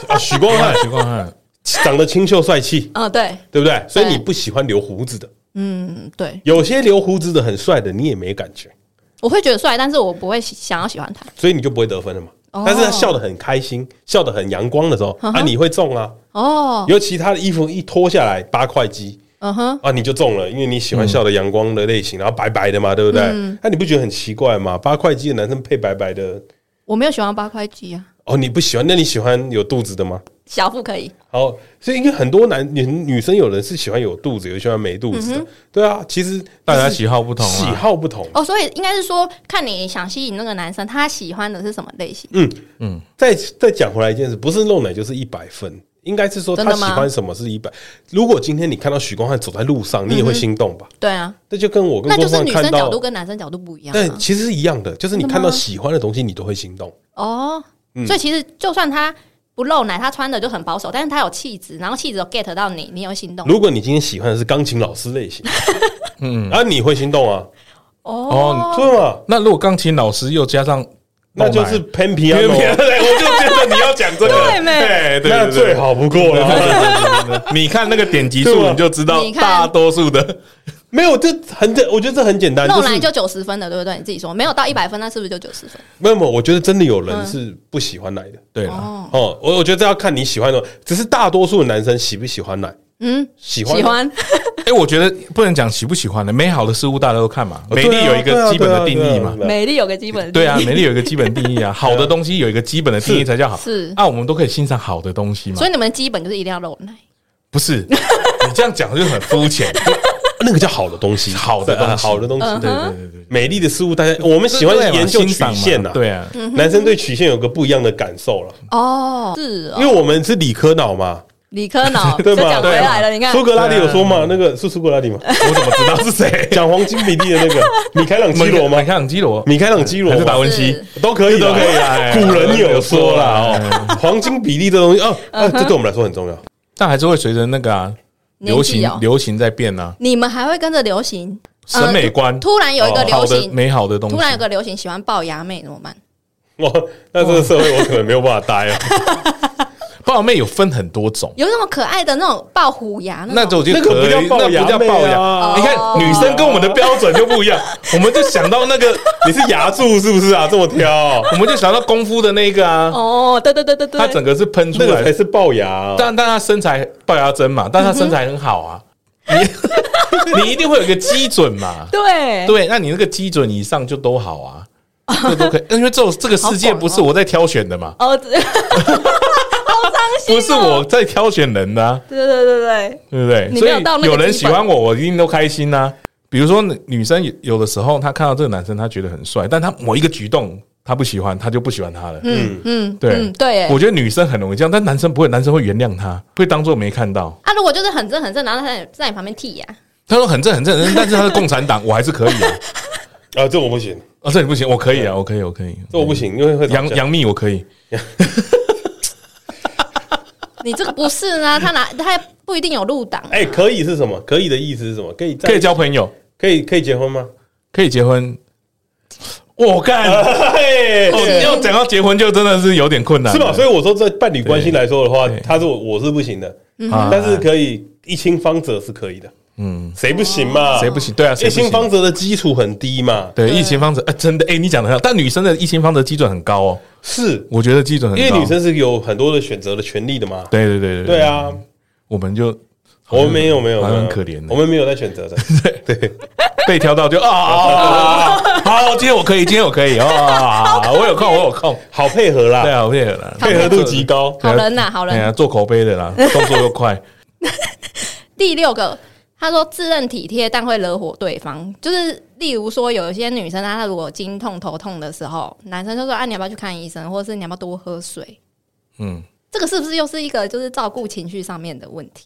Speaker 1: 啊，许光汉
Speaker 3: 徐光汉，
Speaker 1: 长得清秀帅气，
Speaker 5: 嗯，对，
Speaker 1: 对不对？所以
Speaker 5: 对
Speaker 1: 你不喜欢留胡子的，
Speaker 5: 嗯，对，
Speaker 1: 有些留胡子的很帅的，你也没感觉，
Speaker 5: 我会觉得帅，但是我不会喜想要喜欢他。
Speaker 1: 所以你就不会得分了嘛。
Speaker 5: 哦
Speaker 1: 但是他笑得很开心，笑得很阳光的时候，
Speaker 5: 嗯
Speaker 1: 啊，
Speaker 5: 哼
Speaker 1: 你会中啊。
Speaker 5: 哦，
Speaker 1: 尤其他的衣服一脱下来八块肌
Speaker 5: 嗯哼，
Speaker 1: 啊，你就中了，因为你
Speaker 3: 嗯
Speaker 1: 喜欢笑的阳光的类型，然后白白的嘛，对不对？那、
Speaker 5: 嗯
Speaker 1: 你不觉得很奇怪吗？八块肌的男生配白白的，
Speaker 5: 我没有喜欢八块肌啊，
Speaker 1: 哦，你不喜欢？那你喜欢有肚子的吗？
Speaker 5: 小腹可以。
Speaker 1: 好，所以因为很多男女女生有人是喜欢有肚子，有人喜欢没肚
Speaker 5: 嗯
Speaker 1: 子的，对啊，其实
Speaker 3: 大家
Speaker 1: 就是
Speaker 3: 喜好不同啊
Speaker 1: 喜好不同。
Speaker 5: 哦，所以应该是说，看你想吸引那个男生，他喜欢的是什么类型？
Speaker 1: 嗯嗯，再再讲回来一件事，不是露奶就是一百分，应该是说
Speaker 5: 真
Speaker 1: 他
Speaker 5: 的
Speaker 1: 喜
Speaker 5: 吗
Speaker 1: 欢什么是一百。如果今天你看到许光汉走在路上，你也会心动吧？
Speaker 5: 对啊，
Speaker 1: 这就跟我跟
Speaker 5: 嗯那就
Speaker 1: 郭
Speaker 5: 是
Speaker 1: 胖
Speaker 5: 女
Speaker 1: 看
Speaker 5: 生角
Speaker 1: 到
Speaker 5: 度跟男生角度不一样、
Speaker 1: 对，
Speaker 5: 啊。
Speaker 1: 其实是一样的，就是你
Speaker 5: 真的
Speaker 1: 看到
Speaker 5: 吗
Speaker 1: 喜欢的东西，你都会心动。
Speaker 5: 哦，所以其实就算他不露奶，他穿的就很保守，但是他有气质，然后气质有 get 到你，你有心动。
Speaker 1: 如果你今天喜欢的是钢琴老师类 型，嗯，啊，你会心动啊，
Speaker 5: 哦，
Speaker 1: 对吗？
Speaker 3: 那如果钢琴老师又加上
Speaker 1: 那就是 pan piano，啊
Speaker 3: 对，我就觉得你要讲这个，
Speaker 5: 对没
Speaker 3: 对 对，
Speaker 1: 那
Speaker 3: 对
Speaker 1: 最。好不过
Speaker 3: 对
Speaker 1: 了。
Speaker 3: 对对对对对对你看那个点击
Speaker 1: 对
Speaker 3: 数，
Speaker 1: 吧
Speaker 3: 你就知道
Speaker 5: 你看
Speaker 3: 大多数的
Speaker 1: 没有，这很简，我觉得这很简单，
Speaker 5: 弄
Speaker 1: 就
Speaker 5: 来
Speaker 1: 是
Speaker 5: 就九十分的，对不对？你自己说没有到一百分，那是不是就九十分？
Speaker 1: 没有没有，我觉得真的有
Speaker 5: 嗯
Speaker 1: 人是不喜欢奶的。
Speaker 3: 对了，
Speaker 5: 哦，
Speaker 1: 哦，我我觉得这要看你喜欢的，只是大多数的男生喜不喜欢奶，
Speaker 5: 嗯，
Speaker 1: 喜欢哦
Speaker 5: 喜欢，
Speaker 3: 哎，我觉得不能讲喜不喜欢的，美好的事物大家都看嘛，
Speaker 1: 哦
Speaker 3: 美
Speaker 1: 对
Speaker 3: 丽
Speaker 1: 啊
Speaker 3: 有一
Speaker 1: 对
Speaker 3: 个
Speaker 1: 啊
Speaker 3: 基本的
Speaker 1: 对
Speaker 3: 定
Speaker 1: 啊
Speaker 3: 义
Speaker 1: 对啊
Speaker 3: 嘛，
Speaker 1: 对
Speaker 5: 美丽有个基本
Speaker 3: 对啊，美丽有一个基本定义啊，好的东西有一个基本的定义
Speaker 1: 是
Speaker 3: 才叫好。
Speaker 5: 是
Speaker 3: 啊，我们都可以欣赏好的东西嘛
Speaker 5: 所。以你们的基本就是一定要露奶，
Speaker 3: 不是，你这样讲就很 肤浅。
Speaker 1: 那个叫好的东西，
Speaker 3: 好的东
Speaker 1: 对
Speaker 3: 西
Speaker 1: 啊好的东西，
Speaker 5: 嗯
Speaker 1: 对，
Speaker 3: 对
Speaker 1: 啊
Speaker 3: 对对对，
Speaker 1: 美丽的事物，大家我们喜欢
Speaker 3: 对嘛
Speaker 1: 研究
Speaker 3: 欣
Speaker 1: 曲
Speaker 3: 赏嘛
Speaker 1: 线呐，，
Speaker 3: 对啊，
Speaker 5: 嗯
Speaker 1: 男生对曲线有个不一样的感受了，
Speaker 5: 哦，是哦
Speaker 1: 因为，我们是理科脑嘛，
Speaker 5: 理科脑
Speaker 1: 对
Speaker 5: 就
Speaker 1: 吧
Speaker 5: 讲回来了，
Speaker 3: 对
Speaker 5: 你看
Speaker 1: 苏格拉底有说
Speaker 3: 对啊
Speaker 1: 嘛，那个是苏格拉底嘛，
Speaker 3: 我怎么知道是 谁？
Speaker 1: 讲黄金比例的那 个米开朗基罗吗
Speaker 3: 你？看基罗，
Speaker 1: 米开朗基罗
Speaker 3: 还是达
Speaker 1: 嘛
Speaker 3: 文西？
Speaker 5: 是
Speaker 1: 都可以啦，
Speaker 3: 都可以啊哎啦
Speaker 1: 古人有说啦，
Speaker 3: 哎
Speaker 1: 哦，黄金比例这东西哦，啊
Speaker 5: 嗯
Speaker 1: 这对我们来说很重要。
Speaker 3: 但还是会随着那个啊流
Speaker 5: 年纪
Speaker 3: 行
Speaker 5: 哦，
Speaker 3: 流行在变啊，
Speaker 5: 你们还会跟着流行呃
Speaker 3: 审美观哦
Speaker 5: 突突然有一个
Speaker 3: 好
Speaker 5: 流
Speaker 3: 的
Speaker 5: 行，
Speaker 3: 美好的东西，
Speaker 5: 突然有个流行喜欢龅牙妹怎么办？
Speaker 1: 哇，哦那这个社会我可能没有办法待啊。
Speaker 3: 豹妹有分很多种，
Speaker 5: 有那种可爱的那种龅虎牙
Speaker 3: 那
Speaker 5: 那种，哦
Speaker 3: 种就
Speaker 1: 那个
Speaker 3: 可以，
Speaker 1: 不叫龅
Speaker 3: 那
Speaker 1: 牙
Speaker 3: 不叫
Speaker 1: 妹
Speaker 3: 龅
Speaker 1: 啊
Speaker 3: 牙。你看女生跟我们的标 准就不一样，我们就想到那个，
Speaker 1: 你是牙柱是不是啊？这么挑，
Speaker 3: 我们就想到功夫的那个啊，
Speaker 5: 哦，对对对对对，
Speaker 3: 她整个是喷出
Speaker 1: 那个
Speaker 3: 来
Speaker 1: 才
Speaker 3: 的，
Speaker 1: 是龅牙啊。
Speaker 3: 但但她身材龅牙针嘛，但她身材很好啊，你 你一定会有一个基准嘛，
Speaker 5: 对
Speaker 3: 对，那你那个基准以上就都好 啊，这都可以，因为这种这个世界
Speaker 5: 好广哦
Speaker 3: 不是我在挑选的嘛，
Speaker 5: 哦，这好伤心、哦，
Speaker 3: 不是我，在挑选人的、啊，
Speaker 5: 对对对对
Speaker 3: 对不对？
Speaker 5: 你
Speaker 3: 所
Speaker 5: 没
Speaker 3: 以
Speaker 5: 有到那个
Speaker 3: 有人
Speaker 5: 基
Speaker 3: 喜
Speaker 5: 本
Speaker 3: 欢我，我一定都开心呐、比如说女女生有有的时候，她看到这个男生，她觉得很帅，但她某一个举动她不喜欢，她就不喜欢他了。
Speaker 1: 嗯，
Speaker 5: 嗯
Speaker 3: 对
Speaker 5: 嗯对耶
Speaker 3: 我觉得女生很容易这样，但男生不会，男生会原谅她，会当做没看到。
Speaker 5: 啊，如果就是很正很正，然后他在在你旁边剃牙，
Speaker 3: 他说很正很正很正，但是他是共产党，我还是可以啊。
Speaker 1: 啊，这我不行，
Speaker 3: 啊，这你不行，我可以啊，我可以，我可以。
Speaker 1: 这我不行，因为会
Speaker 3: 杨
Speaker 1: 吵架
Speaker 3: 杨幂我可以，
Speaker 5: 你这个不是啊，他拿他不一定有入党，
Speaker 1: 哎，可以是什么？可以的意思是什么？可以在
Speaker 3: 可以交朋友，
Speaker 1: 可以可以结婚吗？
Speaker 3: 可以结婚。
Speaker 1: 哦
Speaker 3: 我干，
Speaker 1: 嘿
Speaker 3: 哦要讲到结婚就真的是有点困难了，
Speaker 1: 是吧？所以我说，在伴侣关系来说的话
Speaker 3: 对，
Speaker 1: 他是我我是不行的，
Speaker 3: 啊
Speaker 1: 但是可以一清方泽是可以的，
Speaker 3: 嗯，
Speaker 1: 谁不行嘛？
Speaker 3: 谁不？行？对啊，谁
Speaker 1: 一
Speaker 3: 不行
Speaker 1: 清方泽的基础很低嘛，
Speaker 3: 对，
Speaker 5: 对
Speaker 3: 疫情方程，哎、真的，哎、你讲的很好，但女生的疫情方程基准很高哦，
Speaker 1: 是
Speaker 3: 我觉得基准很
Speaker 1: 因
Speaker 3: 高，
Speaker 1: 为女，生是有很多的选择的权利的嘛。
Speaker 3: 对对对对
Speaker 1: 对，啊，
Speaker 3: 我们就
Speaker 1: 我们没有没有，
Speaker 3: 好像
Speaker 1: 没有
Speaker 3: 很可怜
Speaker 1: 我
Speaker 3: 的，
Speaker 1: 们没有在选择的。
Speaker 3: 被挑 到就啊啊，啊好，今天我可以，今天我可以啊，我有空，我有空，
Speaker 1: 好配合
Speaker 3: 对
Speaker 1: 啦，
Speaker 3: 啊，我配合了，
Speaker 1: 配合度极高。
Speaker 5: 好人呐、好
Speaker 3: 哎
Speaker 5: 人。
Speaker 3: 呀，做口碑的啦，动作又快，
Speaker 5: 第六个，他说自认体贴但会惹火对方，就是例如说有一些女生，她如果经痛头痛的时候，男生就说啊你要不要去看医生，或者是你要不要多喝水，
Speaker 3: 嗯，
Speaker 5: 这个是不是又是一个就是照顾情绪上面的问题？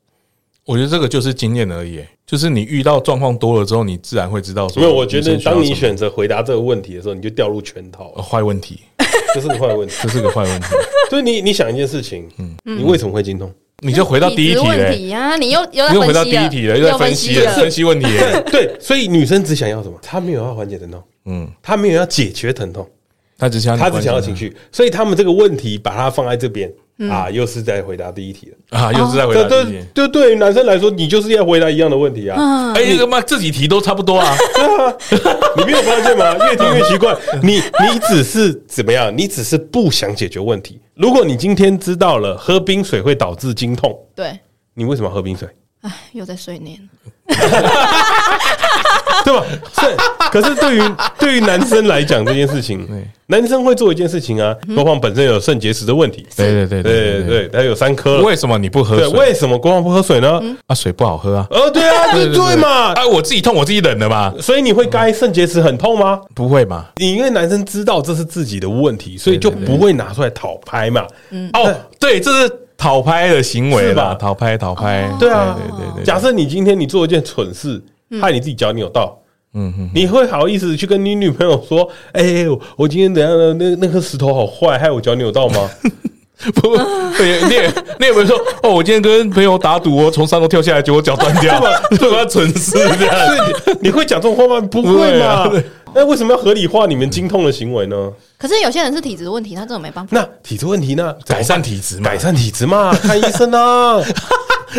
Speaker 3: 我觉得这个就是经验而已，哎就是你遇到状况多了之后，你自然会知道说，
Speaker 1: 没有，我觉得
Speaker 3: 女生需要
Speaker 1: 当你
Speaker 3: 什么
Speaker 1: 选择回答这个问题的时候，你就掉入圈套
Speaker 3: 呃
Speaker 1: 了，
Speaker 3: 坏问题，
Speaker 1: 这是个坏 问题。
Speaker 3: 这是个坏问题，
Speaker 1: 所以你你想一件事情，
Speaker 3: 嗯
Speaker 1: 你为什么会经痛？
Speaker 3: 你就回到第
Speaker 5: 体
Speaker 3: 一
Speaker 5: 质
Speaker 3: 题
Speaker 5: 问
Speaker 3: 嘞。
Speaker 5: 题啊，你又又在分
Speaker 3: 又
Speaker 5: 析
Speaker 3: 回
Speaker 5: 了，
Speaker 3: 到第一题了，又在分析了，
Speaker 5: 了
Speaker 3: 分析问题了。
Speaker 1: 对，所以女生只想要什么？她没有要缓解疼痛，
Speaker 3: 嗯，
Speaker 1: 她没有要解决疼痛，
Speaker 3: 他只想
Speaker 1: 她只想要情绪。所以他们这个问题把它放在这边啊，又是在回答第一题了。
Speaker 3: 啊，又嗯是在回
Speaker 1: 这
Speaker 3: 答
Speaker 1: 这
Speaker 3: 自己。
Speaker 1: 这哦对于男生来说，你就是要回答一样的问题啊，
Speaker 3: 哎，这个妈这几题都差不多啊，
Speaker 1: 你没有发现 吗？越听越奇怪。你你只是怎么样？你只是不想解决问题。如果你今天知道了喝冰水会导致经痛，
Speaker 5: 对，
Speaker 1: 你为什么要喝 冰水？
Speaker 5: 哎，又在睡念。
Speaker 1: 对吧？是，可是对于对于男生来讲这件事情
Speaker 3: 对，嗯
Speaker 1: 男生会做一件事情啊。郭胖本身有肾结石的问题，
Speaker 3: 对对对
Speaker 1: 对
Speaker 3: 对
Speaker 1: 对，他有三颗了。
Speaker 3: 为什么你不喝
Speaker 1: 对，
Speaker 3: 水
Speaker 1: 为什么郭胖不喝水呢？
Speaker 3: 啊？水不好喝啊？
Speaker 1: 呃，对 啊，对对嘛。
Speaker 3: 啊，我自己痛，我自己忍的嘛，
Speaker 1: 所以你会该肾结石很痛吗？
Speaker 3: 不会嘛？
Speaker 1: 你因为男生知道这是自己的问题，所以就不会拿出来讨拍嘛。
Speaker 3: 哦，对，这是讨拍的行为
Speaker 1: 是
Speaker 3: 啦，
Speaker 1: 吧
Speaker 3: 讨拍讨拍，
Speaker 1: 对啊
Speaker 3: 对对对嗯对，
Speaker 1: 假设你今天你做一件蠢事，害你自己脚扭到，嗯嗯，你会好意思去跟你女朋友说：“哎、我我今天怎样的那那颗石头好坏，害我脚扭到吗？”
Speaker 3: 不，对你也你也不会说哦，我今天跟朋友打赌，我从三楼跳下来，结果脚断掉， 对吧？蠢事这样，
Speaker 1: 所以你会讲这种话吗？不会
Speaker 3: 对啊
Speaker 1: 嘛？那为什么要合理化你们经痛的行为呢？
Speaker 5: 可是有些人是体质问题，他真的没办法。
Speaker 1: 那体质问题呢？
Speaker 3: 改善体质嘛，
Speaker 1: 改善体质嘛，看医生啊。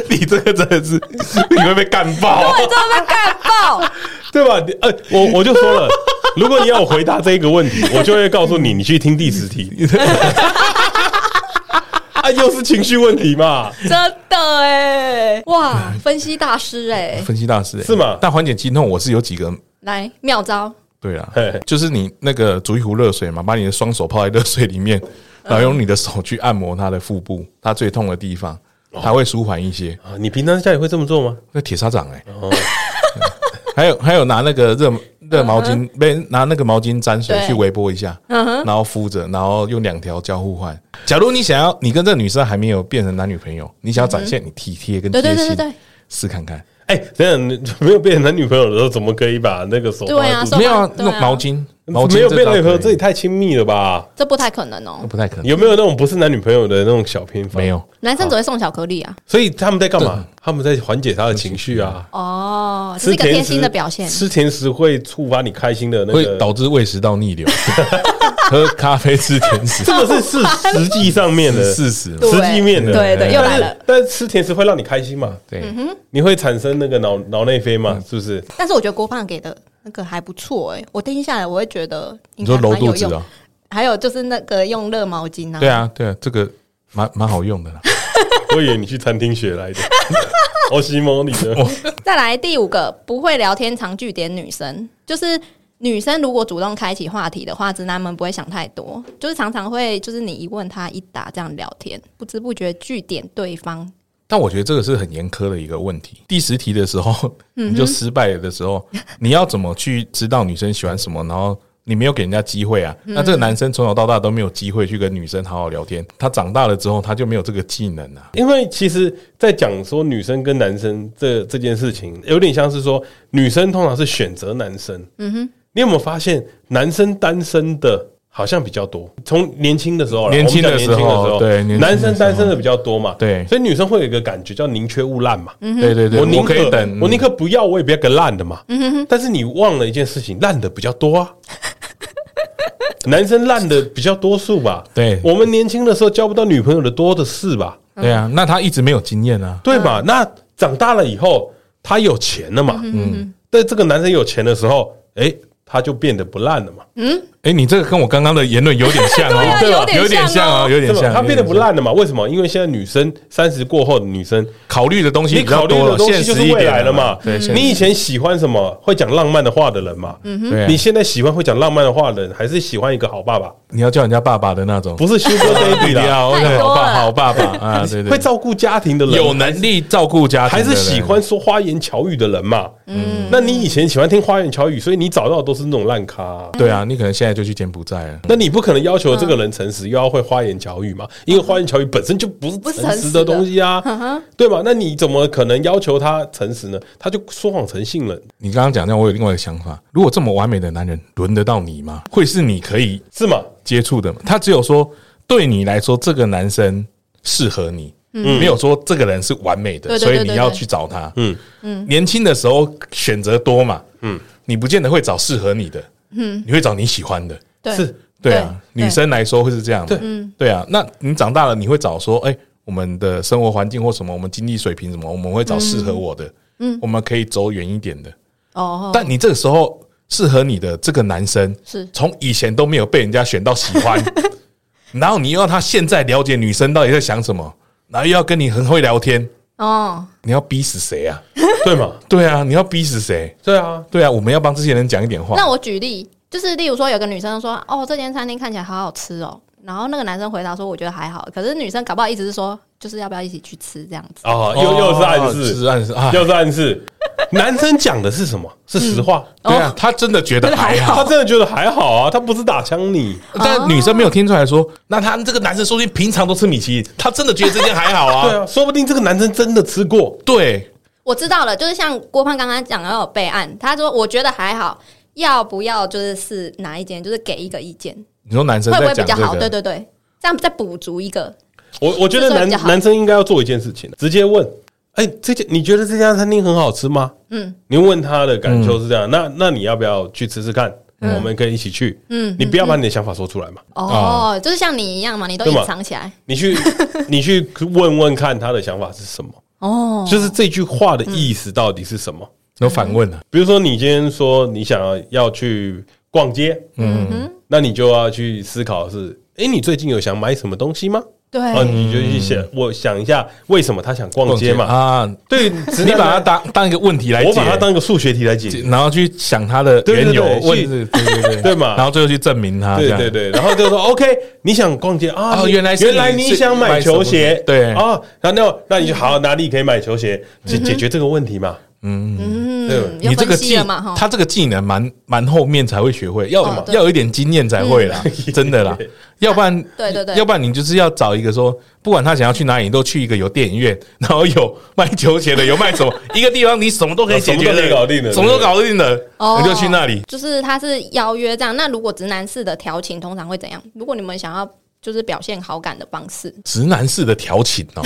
Speaker 3: 你这个真的是你会被干 爆，
Speaker 5: 我真的被干爆。
Speaker 1: 对吧？你呃，我我就说了， 如果你要我回答这一个问题，我就会告诉你，你去听第十题。 啊，又是情绪问题嘛？
Speaker 5: 真的哎、哇，分析大师哎、
Speaker 3: 分析大师欸
Speaker 1: 是吗
Speaker 3: 但缓解肌痛，我是有几个
Speaker 5: 来妙招，
Speaker 3: 对啊
Speaker 1: 嘿，
Speaker 3: 就是你那个煮一壶热水嘛，把你的双手泡在热水里面，然后用你的手去按摩它的腹部，它最痛的地方，它会舒缓一些。
Speaker 1: 啊，你平常在家里会这么做吗？
Speaker 3: 那铁砂掌哎、
Speaker 1: 哦
Speaker 3: 还有还有拿那个热热毛巾，被、拿那个毛巾沾水
Speaker 5: 嗯对嗯
Speaker 3: 去微波一下，然后敷着，然后用两条交互换。假如你想要，你跟这女生还没有变成男女朋友，你想要展现你体贴跟贴
Speaker 5: 对
Speaker 3: 心，
Speaker 5: 嗯对对对对
Speaker 3: 试看看。
Speaker 1: 哎、等等，你没有变成男女朋友的时候，怎么可以把那个手
Speaker 5: 对
Speaker 1: 放在肚
Speaker 5: 啊
Speaker 1: 子
Speaker 5: 手
Speaker 3: 没有啊，
Speaker 5: 对啊
Speaker 3: 用毛巾，毛巾
Speaker 1: 没有
Speaker 3: 这
Speaker 1: 变
Speaker 3: 招
Speaker 1: 男女朋友，
Speaker 3: 可以
Speaker 1: 这也太亲密了吧？
Speaker 5: 这不太可能哦、
Speaker 3: 不太可能，
Speaker 1: 有没有那种不是男女朋友的那种小偏方？
Speaker 3: 没。有。
Speaker 5: 男生只会送巧克力啊，
Speaker 1: 所以他们在干嘛？他们在缓解他的情绪啊，
Speaker 5: 哦，这
Speaker 1: 吃
Speaker 5: 是一个
Speaker 1: 甜
Speaker 5: 贴
Speaker 1: 食
Speaker 5: 心的表现。
Speaker 1: 吃甜食会触发你开心的那
Speaker 3: 会
Speaker 1: 个，
Speaker 3: 导致胃食道 逆流，喝咖啡吃甜食
Speaker 1: 这个是是 实际上面的
Speaker 3: 是事实。
Speaker 5: 对
Speaker 1: 实际面的，
Speaker 5: 对对，又来
Speaker 1: 但
Speaker 5: 了嗯
Speaker 1: 是。但是吃甜食会让你开心嘛？
Speaker 3: 对，嗯
Speaker 1: 你会产生那个脑脑内啡嘛？是不是？
Speaker 5: 但是我觉得郭胖给的那个还不错哎、我听下来我会觉得
Speaker 3: 你
Speaker 5: 应
Speaker 3: 说
Speaker 5: 该
Speaker 3: 揉
Speaker 5: 蛮
Speaker 3: 肚
Speaker 5: 有
Speaker 3: 子
Speaker 5: 用。
Speaker 3: 啊？
Speaker 5: 还有就是那个用热毛巾啊，
Speaker 3: 对啊，对啊，这个蛮蛮好用的啦。
Speaker 1: 我以为你去餐厅学来的， 我西蒙你的，
Speaker 5: 再来第五个，不会聊天常据点女生，就是女生如果主动开启话题的话，直男们不会想太多，就是常常会就是你一问他一答这样聊天，不知不觉据点对方。
Speaker 3: 但我觉得这个是很严苛的一个问题。第十题的时候，
Speaker 5: 嗯
Speaker 3: 你就失败了的时 候，你要怎么去知道女生喜欢什么？然后你没有给人家机会
Speaker 5: 嗯
Speaker 3: 啊。那这个男生从小到大都没有机会去跟女生好好聊天，他长大了之后他就没有这个技能啊。
Speaker 1: 因为其实，在讲说女生跟男生这这件事情，有点像是说女生通常是选择男生。嗯哼，你有没有发现男生单身的？好像比较多，从年轻的时候啦，
Speaker 3: 年轻的
Speaker 1: 我们讲年轻
Speaker 3: 时候对年轻的
Speaker 1: 男生单身的比较多嘛，
Speaker 3: 对
Speaker 1: 所以女生会有一个感觉叫宁缺毋滥嘛，
Speaker 5: 嗯
Speaker 3: 对对对，
Speaker 1: 我
Speaker 3: 我
Speaker 1: 宁
Speaker 3: 可
Speaker 1: 可
Speaker 3: 以等，嗯
Speaker 1: 我宁可不要，我也不要个烂的嘛。但是你忘了一件事情，烂的比较多啊。男生烂的比较多数吧，
Speaker 3: 对
Speaker 1: 我们年轻的时候交不到女朋友的多的是吧，
Speaker 3: 对啊。那他一直没有经验啊。
Speaker 1: 对吧？那长大了以后，他有钱了嘛，嗯，对，这个男生有钱的时候，哎，他就变得不烂了嘛，
Speaker 3: 哎，你这个跟我刚刚的言论有点像
Speaker 5: 对
Speaker 3: 哦
Speaker 5: 啊，
Speaker 3: 吧有
Speaker 5: 有点
Speaker 3: 点
Speaker 5: 像
Speaker 3: 像
Speaker 5: 哦
Speaker 3: 哦，有
Speaker 1: 对
Speaker 3: 点
Speaker 1: 吧？
Speaker 3: 像。
Speaker 1: 他变得
Speaker 3: 有点
Speaker 1: 不
Speaker 3: 像
Speaker 1: 烂了嘛？为什么？因为现在女生三十过后的女生，
Speaker 3: 考虑的东西
Speaker 1: 你
Speaker 3: 比较
Speaker 1: 考虑
Speaker 3: 多
Speaker 1: 的
Speaker 3: 了，
Speaker 1: 东
Speaker 3: 现
Speaker 1: 西就
Speaker 3: 实
Speaker 1: 是
Speaker 3: 一
Speaker 1: 未
Speaker 3: 点
Speaker 1: 来了嘛
Speaker 3: 嘛。对，现实
Speaker 1: 你以前喜欢什么会讲浪漫的话的人嘛，
Speaker 5: 嗯
Speaker 3: 对啊
Speaker 1: 你现在喜欢会讲浪漫的话的人，还是喜欢一个好爸爸？
Speaker 3: 你要叫人家爸爸的那种，
Speaker 1: 不是 Sugar Daddy
Speaker 3: 弟弟
Speaker 1: 啦，
Speaker 3: 啊，我
Speaker 5: 太
Speaker 3: 想
Speaker 5: 多
Speaker 3: 好爸
Speaker 5: 了
Speaker 3: 好爸爸啊，对对，
Speaker 1: 会照顾家庭的人，
Speaker 3: 有能力照顾家庭
Speaker 1: 还
Speaker 3: 的人，
Speaker 1: 是喜欢说花言巧语的人嘛？嗯，那你以前喜欢听花言巧语，所以你找到的都是那种烂咖啊、
Speaker 3: 对啊，你可能现在就去柬埔寨了。
Speaker 1: 那你不可能要求这个人诚实，又要会花言巧语嘛？因为花言巧语本身就不是
Speaker 5: 不是
Speaker 1: 诚
Speaker 5: 诚
Speaker 1: 实
Speaker 5: 实
Speaker 1: 的
Speaker 5: 的
Speaker 1: 东西啊，对吧？那你怎么可能要求他诚实呢？他就说谎成性了，
Speaker 3: 你刚刚讲这样，我有另外一个想法：如果这么完美的男人轮得到你吗？会是你可以
Speaker 1: 是吗？
Speaker 3: 接触的吗？他只有说对你来说，这个男生适合你。没有说这个人是完美
Speaker 5: 嗯
Speaker 3: 的，
Speaker 5: 对对
Speaker 3: 所以
Speaker 5: 对
Speaker 3: 你
Speaker 5: 对
Speaker 3: 要
Speaker 5: 对
Speaker 3: 去找他。
Speaker 1: 嗯
Speaker 3: 嗯，年轻的时候选择多嘛，嗯，你不见得会找适合你的，嗯，你会找你喜欢的。
Speaker 5: 对，
Speaker 1: 是
Speaker 3: 对啊，
Speaker 5: 对
Speaker 3: 女生来说会是这样。
Speaker 1: 对
Speaker 3: 对，对啊。那你长大了，你会找说，哎、我们的生活环境或什么，我们经济水平什么，我们会找适合我的，嗯，我们可以走远一点的。
Speaker 5: 哦，
Speaker 3: 但你这个时候适合你的这个男生，
Speaker 5: 是
Speaker 3: 从以前都没有被人家选到喜 欢，然后你又要他现在了解女生到底在想什么，然后又要跟你很会聊天，
Speaker 5: 哦，
Speaker 3: 你要逼死谁啊？
Speaker 1: 对吗？
Speaker 3: 对啊，你要逼死谁？
Speaker 1: 对啊，
Speaker 3: 对啊，我们要帮这些人讲一点话。
Speaker 5: 那我举例，就是例如说有个女生说，哦，这间餐厅看起来好好吃哦，然后那个男生回答说，我觉得还好，可是女生搞不好一直是说，就是要不要一起去吃这样子。
Speaker 1: 啊，又又是暗示，
Speaker 3: 哦是暗示啊，
Speaker 1: 又是暗示。男生讲的是什么？是实话。
Speaker 3: 对啊，他真的觉得还好
Speaker 1: 他，真的觉得还好啊，他不是打枪你，
Speaker 5: 哦
Speaker 3: 但女生没有听出来说，那他这个男生说不定平常都吃米其林，他真的觉得这件还 好
Speaker 1: 对
Speaker 3: 啊。
Speaker 1: 啊，说不定这个男生真的吃过，
Speaker 3: 对，
Speaker 5: 我知道了，就是像郭胖刚刚讲要有备案，他说我觉得还好，要不要就是是哪一间，就是给一个意见，
Speaker 3: 你说男生
Speaker 5: 会不
Speaker 3: 在
Speaker 5: 会比
Speaker 3: 讲
Speaker 5: 较
Speaker 3: 这
Speaker 5: 好？对
Speaker 3: 个，
Speaker 5: 对对，这样再补足一个，
Speaker 1: 我我觉得
Speaker 5: 这算
Speaker 1: 男
Speaker 5: 比较好
Speaker 1: 男生应该要做一件事情，直接问，哎、这家你觉得这家餐厅很好吃吗？嗯，你问他的感受是这样，那那你要不要去吃吃看？我们可以一起去。嗯，你不要把你的想法说出来嘛，
Speaker 5: 哦，
Speaker 3: 啊
Speaker 5: 就是像你一样嘛，你都
Speaker 1: 对
Speaker 5: 隐
Speaker 1: 嘛
Speaker 5: 藏起来。
Speaker 1: 你去你去问问看他的想法是什么。
Speaker 5: 哦，
Speaker 1: 就是这句话的意思到底是什么？
Speaker 3: 然后反问啊了，
Speaker 1: 比如说，你今天说你想要要去逛街，嗯，那你就要去思考是，哎、你最近有想买什么东西吗？
Speaker 5: 对，
Speaker 1: 啊，你就去想，我想一下为什么他想逛街嘛？嗯
Speaker 3: 啊，
Speaker 1: 对，
Speaker 3: 你把它当当一个问题来解，
Speaker 1: 我把它当一个数学题来解决，
Speaker 3: 然后去想它的
Speaker 1: 对
Speaker 3: 缘
Speaker 1: 对
Speaker 3: 由，
Speaker 1: 对
Speaker 3: 问
Speaker 1: 去
Speaker 3: 对对对
Speaker 1: 对嘛
Speaker 3: 然后最后去证明它，
Speaker 1: 对
Speaker 3: 这样
Speaker 1: 对，对，然后就说 OK，你想逛街啊？
Speaker 3: 哦
Speaker 1: 你
Speaker 3: 原来是
Speaker 1: 原来
Speaker 3: 你
Speaker 1: 你
Speaker 3: 是
Speaker 1: 想
Speaker 3: 买
Speaker 1: 买
Speaker 3: 什
Speaker 1: 球
Speaker 3: 么
Speaker 1: 鞋，
Speaker 3: 对嗯
Speaker 1: 啊，然后那那你就好哪里可以买球鞋解解决这个问题嘛？
Speaker 5: 嗯，有
Speaker 3: 你这个
Speaker 5: 分析
Speaker 3: 技
Speaker 5: 了嘛哈，，
Speaker 3: 他这个技能蛮蛮后面才会学会，要
Speaker 5: 哦对
Speaker 3: 要有一点经验才会啦，
Speaker 1: 嗯
Speaker 3: 真的啦，要不然
Speaker 5: 对对对
Speaker 3: 要不然你就是要找一个说，不管他想要去哪里，你都去一个有电影院， 然后有卖球鞋的，有卖什么，一个地方你什么都可以解 决
Speaker 1: 什么都可以搞定的
Speaker 3: 什么都搞定的，
Speaker 5: 哦
Speaker 3: 你就去那里。
Speaker 5: 就是他是邀约这样。那如果直男式的调情通常会怎样？如果你们想要就是表现好感的方式，
Speaker 3: 直男式的调情 哦，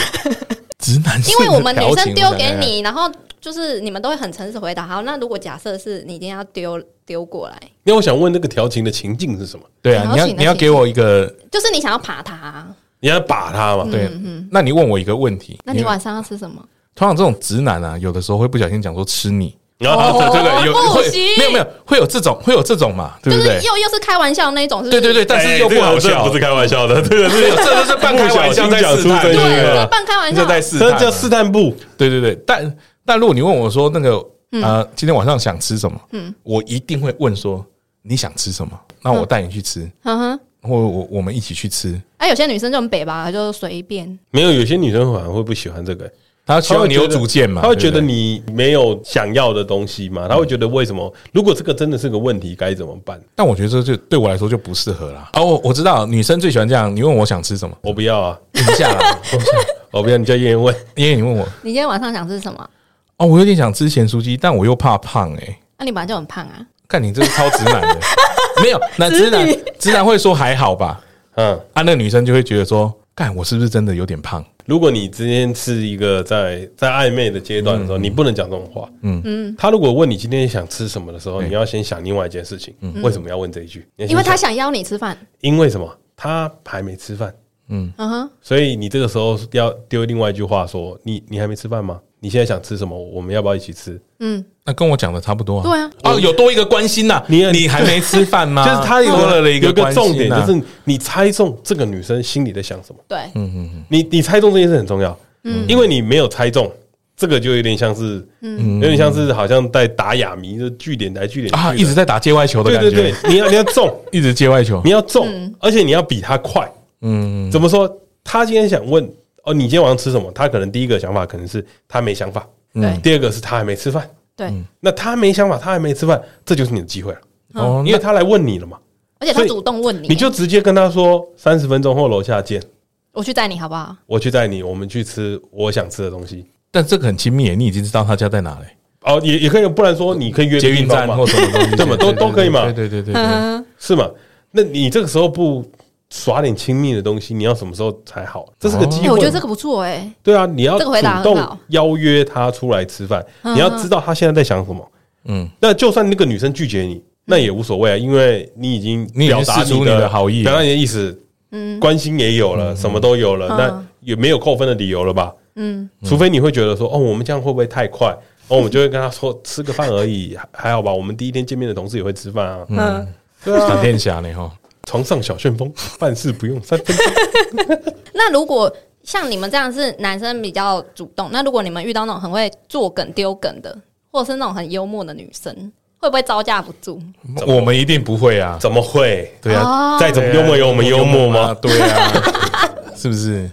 Speaker 3: 直男式
Speaker 5: 因
Speaker 3: 的调情，
Speaker 5: 为我们女生丢
Speaker 3: 我
Speaker 5: 给
Speaker 3: 想看看，
Speaker 5: 你，然后就是你们都会很诚实回答。好，那如果假设是你一定要丢丢过来，
Speaker 1: 那我想问，那个调情的情境是什么？
Speaker 3: 对啊，
Speaker 5: 调
Speaker 3: 你要
Speaker 5: 情的
Speaker 3: 你要
Speaker 5: 情
Speaker 3: 给我一个，
Speaker 5: 就是你想要爬他，
Speaker 1: 你要把他嘛？
Speaker 3: 对，那你问我一个问题，
Speaker 5: 嗯那你
Speaker 3: 因为
Speaker 5: 晚上要吃什么？
Speaker 3: 通常这种直男啊，有的时候会不小心讲说吃你。
Speaker 1: 然后
Speaker 5: 哦
Speaker 1: 他
Speaker 3: 对对哎对，有
Speaker 5: 不
Speaker 3: 会
Speaker 5: 行
Speaker 3: 没有没有会有这种会有这种嘛，对
Speaker 5: 就
Speaker 3: 不
Speaker 5: 是
Speaker 3: 对？
Speaker 5: 又又是开玩笑那一种，是不
Speaker 3: 对
Speaker 5: 是
Speaker 3: 对对，
Speaker 1: 哎
Speaker 3: 但是又不好笑，
Speaker 1: 不是开玩笑的，这个
Speaker 3: 对，
Speaker 1: 是
Speaker 3: 这这是半开 玩笑在
Speaker 1: 不小
Speaker 3: 试探，
Speaker 1: 心讲出真心
Speaker 5: 对，
Speaker 1: 对
Speaker 5: 就半开玩
Speaker 3: 这
Speaker 5: 笑。
Speaker 3: 在试
Speaker 1: 这
Speaker 3: 探，
Speaker 1: 叫试探步，
Speaker 3: 对对对，但但如果你问我说那个
Speaker 5: 嗯
Speaker 3: 呃，今天晚上想吃什么，嗯，我一定会问说你想吃什么，那我带你去吃，
Speaker 5: 嗯哼，
Speaker 3: 或我我们一起去吃。
Speaker 5: 哎，有些女生就很北吧，就随便。
Speaker 1: 没有有些女生反而会不喜欢这个，
Speaker 3: 他希
Speaker 1: 她会
Speaker 3: 望你有
Speaker 1: 觉得
Speaker 3: 主见嘛，
Speaker 1: 她会
Speaker 3: 对
Speaker 1: 觉
Speaker 3: 不
Speaker 1: 得
Speaker 3: 对
Speaker 1: 你没有想要的东西嘛，她会觉得为什么？如果这个真的是个问题，该怎么办？
Speaker 3: 但我觉得这就对我来说就不适合啦。哦，我我知道女生最喜欢这样，你问我想吃什么，
Speaker 1: 我不要啊，
Speaker 3: 等一下 啦，
Speaker 1: 我不要，你叫叶问。
Speaker 3: 因为你问我，
Speaker 5: 你今天晚上想吃什么？
Speaker 3: 哦，我有点想吃咸酥鸡，但我又怕胖哎、
Speaker 5: 那你本来就很胖啊，
Speaker 3: 看你这是超直男的， 没有，那直男直男会说还好吧，
Speaker 1: 嗯，
Speaker 3: 啊，那女生就会觉得说，干我是不是真的有点胖？
Speaker 1: 如果你之前是一个在在暧昧的阶段的时候，
Speaker 3: 嗯
Speaker 1: 你不能讲这种话。嗯嗯，他如果问你今天想吃什么的时候，
Speaker 3: 对嗯
Speaker 1: 你要先想另外一件事情，为什么要问这一句？你要先
Speaker 5: 嗯因为他
Speaker 1: 想
Speaker 5: 想邀你吃饭。
Speaker 1: 因为什么？他还没吃饭，
Speaker 5: 嗯哼，
Speaker 1: 所以你这个时候要丢另外一句话说：你你还没吃饭吗？你现在想吃什么？我们要不要一起吃？
Speaker 5: 嗯，
Speaker 3: 那跟我讲的差不多啊。
Speaker 5: 对啊，
Speaker 3: 哦，有多一个关心呐、
Speaker 1: 你
Speaker 3: 你还没吃饭 吗？
Speaker 1: 就是他有
Speaker 3: 多啊了了一
Speaker 1: 有
Speaker 3: 个
Speaker 1: 一个
Speaker 3: 关心
Speaker 1: 重点，
Speaker 3: 啊
Speaker 1: 就是你猜中这个女生心里在想什么。
Speaker 3: 嗯
Speaker 5: 对，
Speaker 1: 你你猜中这件事很重要，嗯，因为你没有猜中，这个就有点像是，嗯，有点像是好像在打哑谜，就据点来据点
Speaker 3: 啊，
Speaker 1: 去
Speaker 3: 一直在打界外球的
Speaker 1: 对
Speaker 3: 感觉，
Speaker 1: 对对，你要你要中，
Speaker 3: 一直界外球
Speaker 1: 你。要中，而且你要比他快。
Speaker 3: 嗯，
Speaker 1: 怎么说？他今天想问哦，你今天晚上吃什么？他可能第一个想法可能是他没想法，
Speaker 3: 嗯
Speaker 5: 对，
Speaker 1: 第二个是他还没吃饭。
Speaker 5: 对，
Speaker 1: 那他没想法，他还没吃饭，这就是你的机会了，
Speaker 5: 嗯
Speaker 3: 哦，
Speaker 1: 因
Speaker 3: 那
Speaker 1: 为他来问你了嘛，
Speaker 5: 而且他主动问你，
Speaker 1: 你就直接跟他说三十分钟后楼下见，
Speaker 5: 我去载你好不好？
Speaker 1: 我去载你，我们去吃我想吃的东西。
Speaker 3: 但这个很亲密耶，你已经知道他家在哪嘞，
Speaker 1: 哦，也也可以，不然说你可以约
Speaker 3: 捷运站
Speaker 1: 嘛
Speaker 3: 或，什 么东西，
Speaker 1: 对嘛都都可以嘛
Speaker 3: 对对对对对对，
Speaker 5: 嗯，
Speaker 1: 是吗？那你这个时候不耍点亲密的东西，你要什么时候才
Speaker 3: 哦
Speaker 1: 好？这是个机
Speaker 5: 哎，
Speaker 1: 会。
Speaker 5: 我觉得这个不错哎，
Speaker 1: 对啊，你要
Speaker 5: 这个回答
Speaker 1: 主
Speaker 5: 很
Speaker 1: 动
Speaker 5: 好
Speaker 1: 邀约他出来吃饭，
Speaker 5: 嗯
Speaker 1: 你要知道他现在在想什么。
Speaker 3: 嗯，
Speaker 1: 那就算那个女生拒绝
Speaker 5: 嗯
Speaker 1: 你，那也无所谓啊，因为你已经
Speaker 3: 你已经
Speaker 1: 表达
Speaker 3: 示出
Speaker 1: 你
Speaker 3: 你的好意了
Speaker 1: 表达你的意思，
Speaker 5: 嗯
Speaker 1: 关心也有了，什么都有了，
Speaker 5: 嗯
Speaker 1: 那也没有扣分的理由了吧？
Speaker 5: 嗯，
Speaker 1: 除非你会觉得说，哦，我们这样会不会太快？哦，我们就会跟他说，吃个饭而已，还还好吧。我们第一天见面的同事也会吃饭啊，
Speaker 5: 嗯，
Speaker 1: 对啊，
Speaker 3: 闪电侠呢哈，
Speaker 1: 床上小旋风， 办事不用三分钟。
Speaker 5: 那如果像你们这样是男生比较主动，那如果你们遇到那种很会做梗丢梗的，或者是那种很幽默的女生，会不会招架不住？
Speaker 3: 我们一定不会啊，
Speaker 1: 怎么会？
Speaker 3: 对啊，
Speaker 5: 哦
Speaker 1: 再怎么幽默有我们幽默吗？？
Speaker 3: 对啊，是不 是？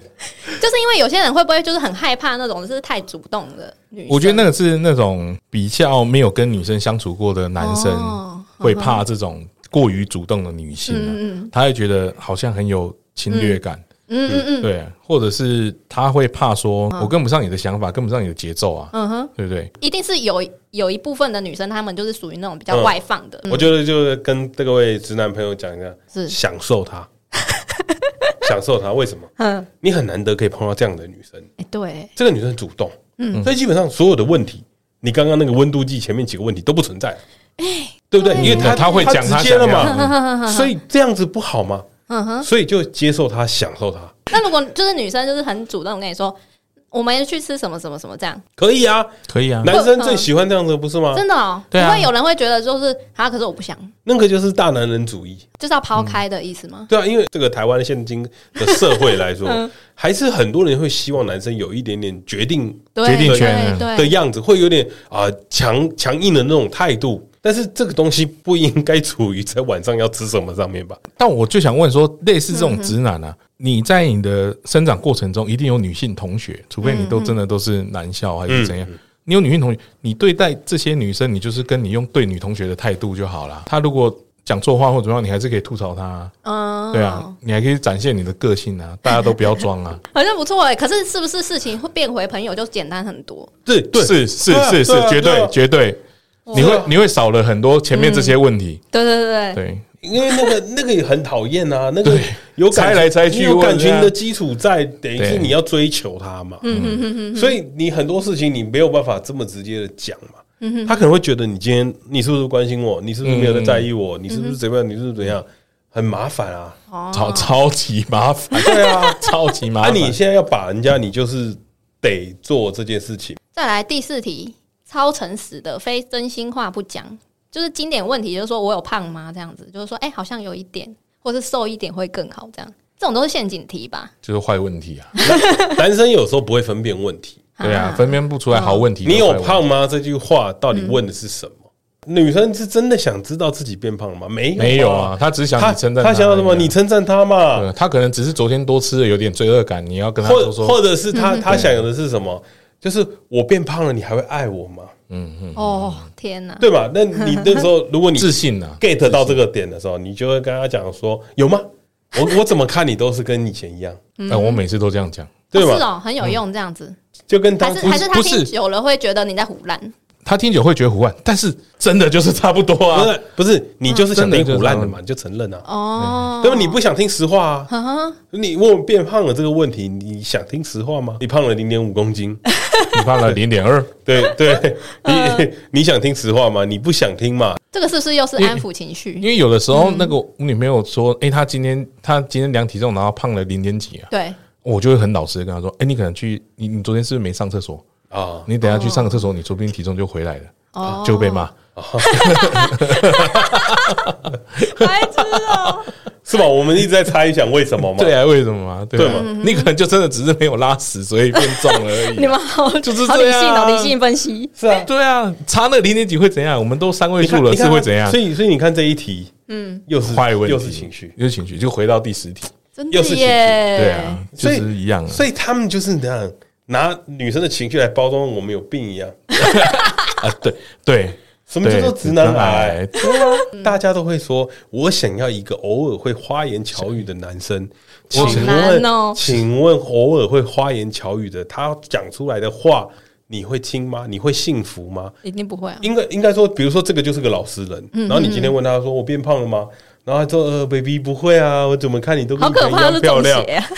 Speaker 5: 就是因为有些人会不会就是很害怕那种就是太主动的女生？
Speaker 3: 我觉得那个是那种比较没有跟女生相处过的男生
Speaker 5: 哦
Speaker 3: 会怕这种过于主动的女性、啊，
Speaker 5: 嗯
Speaker 3: 他会觉得好像很有侵略感，
Speaker 5: 嗯嗯嗯，
Speaker 3: 对啊、或者是他会怕说我跟不上你的想法，跟不上你的节奏啊，
Speaker 5: 嗯哼，
Speaker 3: 对不对？
Speaker 5: 一定是有有一部分的女生，她们就是属于那种比较外放的，
Speaker 1: 我觉得就是跟各位直男朋友讲一下，
Speaker 5: 是
Speaker 1: 享受 它，享受它。为什么？
Speaker 5: 嗯，
Speaker 1: 你很难得可以碰到这样的女生，
Speaker 5: 哎、对，
Speaker 1: 这个女生主动，嗯，所以基本上所有的问题，你刚刚那个温度计前面几个问题都不存在，啊对不对？
Speaker 5: 哎对嗯
Speaker 1: 因为
Speaker 3: 那
Speaker 1: 她
Speaker 3: 他会讲
Speaker 1: 她
Speaker 3: 他
Speaker 1: 直接了
Speaker 3: 想要
Speaker 1: 嘛，
Speaker 3: 的，
Speaker 1: 嗯所以这样子不好吗？
Speaker 5: 哎嗯哼。
Speaker 1: 所以就接受她，享受她。
Speaker 5: 那如果就是女生就是很主动跟你说，我们去吃什么什么什么这样，
Speaker 1: 可以啊，
Speaker 3: 可以啊，
Speaker 1: 男生最喜欢这样子，不是吗？
Speaker 5: 嗯真的哦、
Speaker 3: 对啊
Speaker 5: 不会有人会觉得就是啊，可是我不想，
Speaker 1: 那个就是大男人主义，
Speaker 5: 就是要抛开的意思吗？
Speaker 1: 对啊，因为这个台湾现今的社会来说，还是很多人会希望男生有一点点决定
Speaker 5: 对
Speaker 3: 嗯决定
Speaker 5: 对
Speaker 3: 权
Speaker 5: 对
Speaker 1: 的样子，会有点啊强强硬的那种态度。但是这个东西不应该处于在晚上要吃什么上面吧？
Speaker 3: 但我就想问说，类似这种直男
Speaker 1: 嗯
Speaker 3: 啊，你在你的生长过程中一定有女性同学，除非你都真的都是男校还是怎样。你有女性同学，你对待这些女生，你就是跟你用对女同学的态度就好啦。她如果讲错话或怎么样，你还是可以吐槽她、啊，
Speaker 1: 哦
Speaker 5: 嗯，
Speaker 3: 对啊，你还可以展现你的个性啊。大家都不要装 啊，
Speaker 5: 好像不错哎、可是是不是事情会变回朋友就简单很多？
Speaker 1: 对对
Speaker 3: 是是
Speaker 1: 对啊
Speaker 3: 是是
Speaker 1: 对啊，
Speaker 3: 绝
Speaker 1: 啊哦
Speaker 3: 对绝对，你会你会少了很多前面这些问题。
Speaker 5: 对对对对，
Speaker 3: 对，
Speaker 1: 因为那 个那个也很讨厌啊，那个
Speaker 3: 对
Speaker 1: 有感
Speaker 3: 猜来猜去
Speaker 1: 你有感情
Speaker 3: 问人家
Speaker 1: 的基础在，等于是
Speaker 3: 对嗯
Speaker 1: 你要追求他嘛。所以你很多事情你没有办法这么直接的讲嘛。
Speaker 3: 嗯
Speaker 1: 他可能会觉得你今天你是不是关心我？你是不是没有在在意我？你是不是怎么样？你是不是怎样？
Speaker 3: 嗯
Speaker 1: 很麻烦啊！
Speaker 3: 超超级麻烦，
Speaker 1: 对啊，
Speaker 3: 超级麻
Speaker 1: 啊，
Speaker 3: 烦。
Speaker 1: 你现在要把人家，你就是得做这件事 情。
Speaker 5: 再来第四题，超诚实的，非真心话不讲，就是经典问题，就是说我有胖吗？这样子，就是说哎、好像有一点，或是瘦一点会更好，这样，这种都是陷阱题吧？
Speaker 3: 就是坏问题啊，
Speaker 1: 男生有时候不会分辨问题，
Speaker 3: 对啊，分辨不出来好问题。
Speaker 1: 你有胖？吗？这句话到
Speaker 3: 嗯
Speaker 1: 底问的是什么？女生是真的想知道自己变胖了吗？没有，
Speaker 3: 没有啊，。他只是想
Speaker 1: 他
Speaker 3: 你称赞
Speaker 1: 他想要什么？
Speaker 3: 而已啊
Speaker 1: 你称赞他嘛？
Speaker 3: 对他可能只是昨天多吃了有点罪恶感，你要跟他
Speaker 1: 或
Speaker 3: 说说，
Speaker 1: 或者是
Speaker 5: 嗯
Speaker 1: 他他想的是什么？就是我变胖了，你还会爱我吗？
Speaker 3: 嗯
Speaker 5: 哦，天哪！
Speaker 1: 对吧？那你那时 候如果你
Speaker 3: 自信啊，
Speaker 1: get 到这个点的时候，你就会跟他讲说：有吗？我我怎么看你都是跟以前一样，
Speaker 3: 哎，我每次都这样讲。
Speaker 1: 对
Speaker 5: 哦是
Speaker 1: 吧？
Speaker 5: 哦，很有用，这样子，
Speaker 1: 就跟当
Speaker 5: 还
Speaker 1: 初
Speaker 5: 是还是他
Speaker 3: 嗯不
Speaker 5: 听
Speaker 3: 是
Speaker 5: 久了会觉得你在胡乱，
Speaker 3: 他听久会觉得胡乱，但是真的就是差不多
Speaker 1: 不
Speaker 3: 啊。
Speaker 1: 是不是，你就是想听
Speaker 3: 真的就是
Speaker 1: 胡烂的
Speaker 3: 这样
Speaker 1: 嘛，你就承认啊。
Speaker 3: 嗯
Speaker 5: 哦，嗯
Speaker 1: 对吧？你不想听实话啊？
Speaker 5: 呵呵，
Speaker 1: 你问我变胖了这个问题，你想听实话吗？你胖了零点五公斤，
Speaker 3: 你胖了零点 二，
Speaker 1: 对 对，你你想听实话吗？你不想听嘛？
Speaker 5: 这个是不是又是安抚情绪
Speaker 3: 因？为有的时候那个我女朋友说，哎，她今天她今天量体重，然后胖了零点几啊，
Speaker 5: 对，
Speaker 3: 我就会很老实的跟她说，哎，你可能去你你昨天是不是没上厕所？
Speaker 1: 啊，
Speaker 3: 你等下去上个厕所，你说不定体重就回来
Speaker 5: 哦
Speaker 3: 了，就被骂。
Speaker 5: 白痴哦，
Speaker 1: 是吧？我们一直在猜想为什么嘛？
Speaker 3: 对啊，为什么啊？对
Speaker 1: 对
Speaker 3: 啊
Speaker 1: 嘛，
Speaker 3: 你可能就真的只是没有拉屎，所以变重了而已
Speaker 5: 嗯
Speaker 3: 啊
Speaker 5: 你。们好，
Speaker 3: 就是
Speaker 5: 好
Speaker 3: 这
Speaker 5: 理性
Speaker 3: 样啊
Speaker 5: 哦，理性分析，
Speaker 1: 是啊，
Speaker 3: 对啊，差那零点几会怎样？我们都三位
Speaker 1: 你看
Speaker 3: 数了，
Speaker 1: 你
Speaker 3: 是
Speaker 1: 看
Speaker 3: 会怎样
Speaker 1: 所？以所以你看这一题，嗯，又是
Speaker 3: 坏问题，
Speaker 1: 又是情绪，
Speaker 3: 又是情绪，就回到第十题。
Speaker 5: 真
Speaker 1: 又
Speaker 5: 的
Speaker 1: 是情绪
Speaker 5: 耶，
Speaker 3: 对啊，就
Speaker 1: 所以
Speaker 3: 是一样啊。
Speaker 1: 所以他们就是那样拿女生的情绪来包装我们有病一样。
Speaker 3: 啊，对对，
Speaker 1: 什么叫做
Speaker 3: 对
Speaker 1: 直男
Speaker 3: 直男
Speaker 1: 癌
Speaker 3: 癌？
Speaker 1: 对啊，大家都会说，我想要一个偶尔会花言巧语的男生。请
Speaker 3: 我
Speaker 1: 问，
Speaker 5: 好难哦
Speaker 1: 请问偶尔会花言巧语的，他讲出来的话，你会听吗？你会幸福吗？
Speaker 5: 一定不会啊，
Speaker 1: 应该应该说，比如说这个就是个老实人，
Speaker 5: 嗯
Speaker 1: 然后你今天问他说我变胖了吗？然后他说呃，baby 不会啊，我怎么看你都跟
Speaker 5: 好
Speaker 1: 以前
Speaker 5: 可
Speaker 1: 一
Speaker 5: 怕，
Speaker 1: 样
Speaker 5: 这
Speaker 1: 漂
Speaker 5: 中
Speaker 1: 亮
Speaker 5: 邪。啊，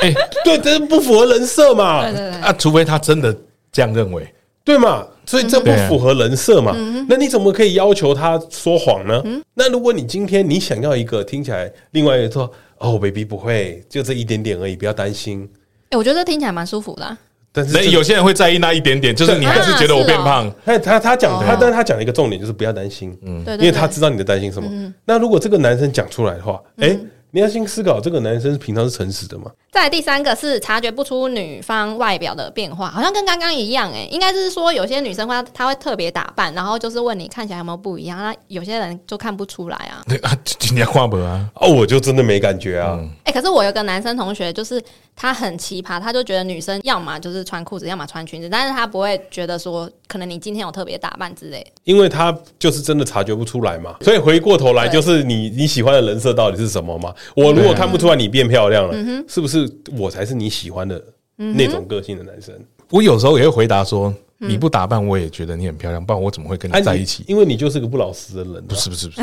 Speaker 3: 哎，
Speaker 1: 对，这不符合人设嘛？
Speaker 5: 对对对。
Speaker 3: 啊，除非他真的这样认为，
Speaker 1: 对嘛？所以
Speaker 5: 嗯
Speaker 1: 这不符合人设嘛？
Speaker 5: 啊
Speaker 1: 那你怎么可以要求他说谎呢？
Speaker 5: 嗯
Speaker 1: 那如果你今天你想要一个听起来，另外一个说哦，baby 不会，就这一点点而已，不要担心。
Speaker 5: 哎、我觉得这听起来蛮舒服的啊、
Speaker 1: 但是
Speaker 3: 所
Speaker 1: 这
Speaker 3: 以有些人会在意那一点点，就是你还是觉得我变
Speaker 5: 啊
Speaker 3: 胖，
Speaker 1: 他他他讲
Speaker 3: 啊
Speaker 1: 他，但是他讲了一个重点就是不要担心，
Speaker 3: 嗯
Speaker 5: 对对
Speaker 1: 因为他
Speaker 5: 对嗯
Speaker 1: 知道你的担心什么。那如果这个男生讲出来的话，哎，你要先思考这个男生平常是诚实的嘛？
Speaker 5: 再来第三个是察觉不出女方外表的变化，好像跟刚刚一样、哎，应该是说有些女生会她会特别打扮，然后就是问你看起来有没有不一样，那有些人就看不出来啊。
Speaker 3: 对啊，今天跨不啊，
Speaker 1: 哦，我就真的没感觉
Speaker 3: 嗯
Speaker 1: 啊。
Speaker 5: 哎、可是我有个男生同学，就是他很奇葩，他就觉得女生要么就是穿裤子，要么穿裙子，但是他不会觉得说可能你今天有特别打扮之类的。
Speaker 1: 因为他就是真的察觉不出来嘛，所以回过头来
Speaker 5: 嗯对
Speaker 1: 就是你你喜欢的人设到底是什么嘛？我如果看不出来你变漂亮
Speaker 5: 嗯
Speaker 1: 了，是不是我才是你喜欢的那种个性的男生？
Speaker 3: 我有时候也会回答说，你不打扮我也觉得你很漂亮，不然我怎么会跟
Speaker 1: 啊
Speaker 3: 你在一起
Speaker 1: 你？因为你就是个不老实的人啊，
Speaker 3: 不是不是不是，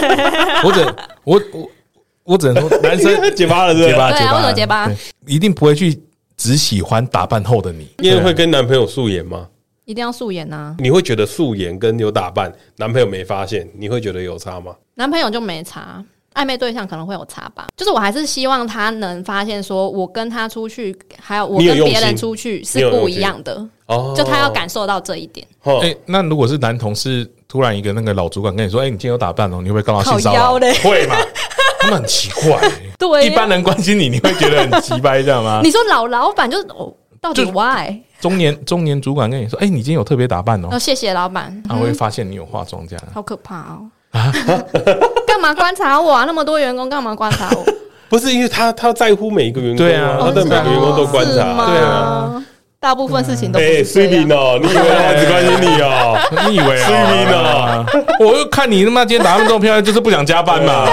Speaker 3: 我只我我我只能说，男生
Speaker 1: 结巴了是不是
Speaker 3: 结巴
Speaker 5: 对啊
Speaker 3: 结
Speaker 5: 为什
Speaker 3: 巴
Speaker 5: 么结巴
Speaker 3: 对一定不会去只喜欢打扮后的你，
Speaker 1: 因为会跟男朋友素颜吗？
Speaker 5: 一定要素颜啊呐、
Speaker 1: 你会觉得素颜跟有打扮，男朋友没发现，你会觉得有差吗？
Speaker 5: 男朋友就没查暧昧对象可能会有差吧。就是我还是希望他能发现，说我跟他出去，还有我
Speaker 1: 你有
Speaker 5: 跟
Speaker 1: 用
Speaker 5: 别人
Speaker 1: 心
Speaker 5: 出去
Speaker 1: 你
Speaker 5: 是
Speaker 1: 有
Speaker 5: 不
Speaker 1: 用
Speaker 5: 一
Speaker 1: 心
Speaker 5: 样的，
Speaker 1: 哦
Speaker 5: 就他要感受到这一点。
Speaker 1: 哦
Speaker 3: 哎、那如果是男同事突然一个那个老主管跟你说，哎、你今天有打扮哦，你会不会告他
Speaker 5: 靠
Speaker 3: 性骚
Speaker 5: 腰
Speaker 3: 扰？
Speaker 5: 嘞，
Speaker 3: 会嘛？他们很奇怪、
Speaker 5: 对
Speaker 3: 一般人关心你，你会觉得很奇怪，这样
Speaker 1: 啊
Speaker 3: 吗？
Speaker 5: 你说老老板就是哦，到底
Speaker 3: 就
Speaker 5: why？
Speaker 3: 中年中年主管跟你说，哎、你今天有特别打扮哦
Speaker 5: 然后，谢谢老板，
Speaker 3: 他、会发现你有化妆这样。
Speaker 5: 好可怕哦！
Speaker 1: 啊
Speaker 5: 干嘛观察我啊？那么多员工干嘛观 察我？
Speaker 1: 不是因为他他在乎每一个员工
Speaker 3: 对啊
Speaker 1: 他对每个员工都观
Speaker 5: 哦是
Speaker 1: 察，
Speaker 5: 吗
Speaker 3: 对啊，
Speaker 5: 大部分事情都不
Speaker 1: 哎
Speaker 5: 是这样
Speaker 1: Siri 哦，你以为他只关心你哦？
Speaker 3: 你以为啊？ 我又看你他妈今天打扮这么漂亮，就是不想加班嘛。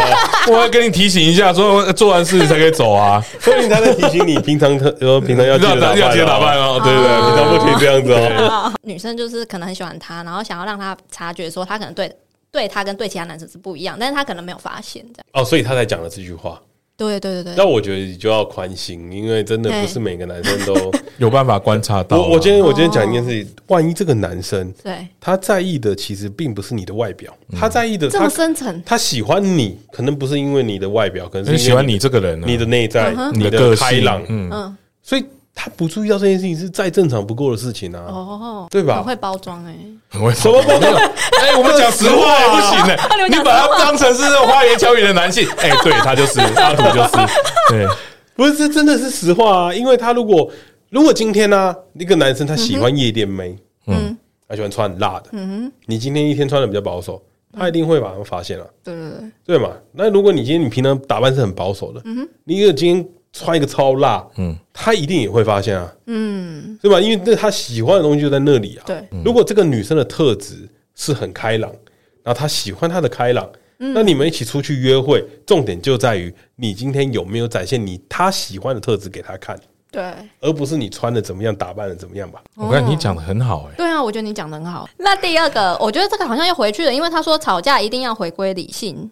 Speaker 3: 我要跟你提醒一下，说做完事才可以走啊。
Speaker 1: 所以他在提醒你，平常特呃平 常要记得打扮哦
Speaker 3: 要记得打扮哦，对
Speaker 5: 嗯
Speaker 3: 对
Speaker 1: 平常不可以这样子 哦。
Speaker 5: 女生就是可能很喜欢他，然后想要让他察觉说他可能对对他跟对其他男生是不一样，但是他可能没有发现这样。
Speaker 1: 哦，所以他才讲了这句话。
Speaker 5: 对对对对，
Speaker 1: 那我觉得你就要宽心，因为真的不是每个男生都。
Speaker 3: 有办法观察到啊。
Speaker 1: 我我今
Speaker 5: 哦
Speaker 1: 天我今天讲一件事情，万一这个男生
Speaker 5: 对，
Speaker 1: 他在意的其实并不是你的外表，
Speaker 3: 嗯
Speaker 1: 他在意的
Speaker 5: 这么
Speaker 1: 他
Speaker 5: 深层，
Speaker 1: 他喜欢你，可能不是因为你的外表，可能是因
Speaker 3: 很
Speaker 1: 为
Speaker 3: 喜欢你这个人啊，
Speaker 1: 你的内在
Speaker 5: 嗯、哼
Speaker 1: 你
Speaker 3: 你
Speaker 1: 的
Speaker 3: 个
Speaker 1: 开
Speaker 3: 性
Speaker 1: 朗，
Speaker 3: 嗯，
Speaker 5: 嗯，
Speaker 1: 所以他不注意到这件事情是再正常不过的事情啊。
Speaker 5: 哦，
Speaker 1: 对吧
Speaker 5: 很会包装哎，
Speaker 3: 我
Speaker 1: 什么 不懂？
Speaker 3: 哎，我们讲实话 也不行的，
Speaker 5: 你们
Speaker 3: 你
Speaker 5: 讲
Speaker 3: 把他当成是花言巧语的男性，哎，对他 就是阿土就是，对，
Speaker 1: 不是，这真的是实话啊。因为他如果如果今天呢、啊一个男生他喜欢夜店妹，
Speaker 5: 嗯，
Speaker 1: 他喜欢穿很辣的，嗯你今天一天穿的比较保守，他一定会马上发现了、啊
Speaker 5: 对对对，
Speaker 1: 对嘛？那如果你今天你平常打扮是很保守的，嗯你如果今天穿一个超辣，嗯，他一定也会发现啊，
Speaker 5: 嗯，
Speaker 1: 对吧？因为那他喜欢的东西就在那里啊。
Speaker 5: 对，
Speaker 1: 如果这个女生的特质是很开朗，然后她喜欢她的开朗，
Speaker 5: 嗯
Speaker 1: 那你们一起出去约会，重点就在于你今天有没有展现你她喜欢的特质给她看，
Speaker 5: 对。
Speaker 1: 而不是你穿的怎么样，打扮的怎么样吧。
Speaker 3: 我看你讲的很好，哎，
Speaker 5: 对啊，我觉得你讲的很好。那第二个，我觉得这个好像又回去了，因为他说吵架一定要回归理性，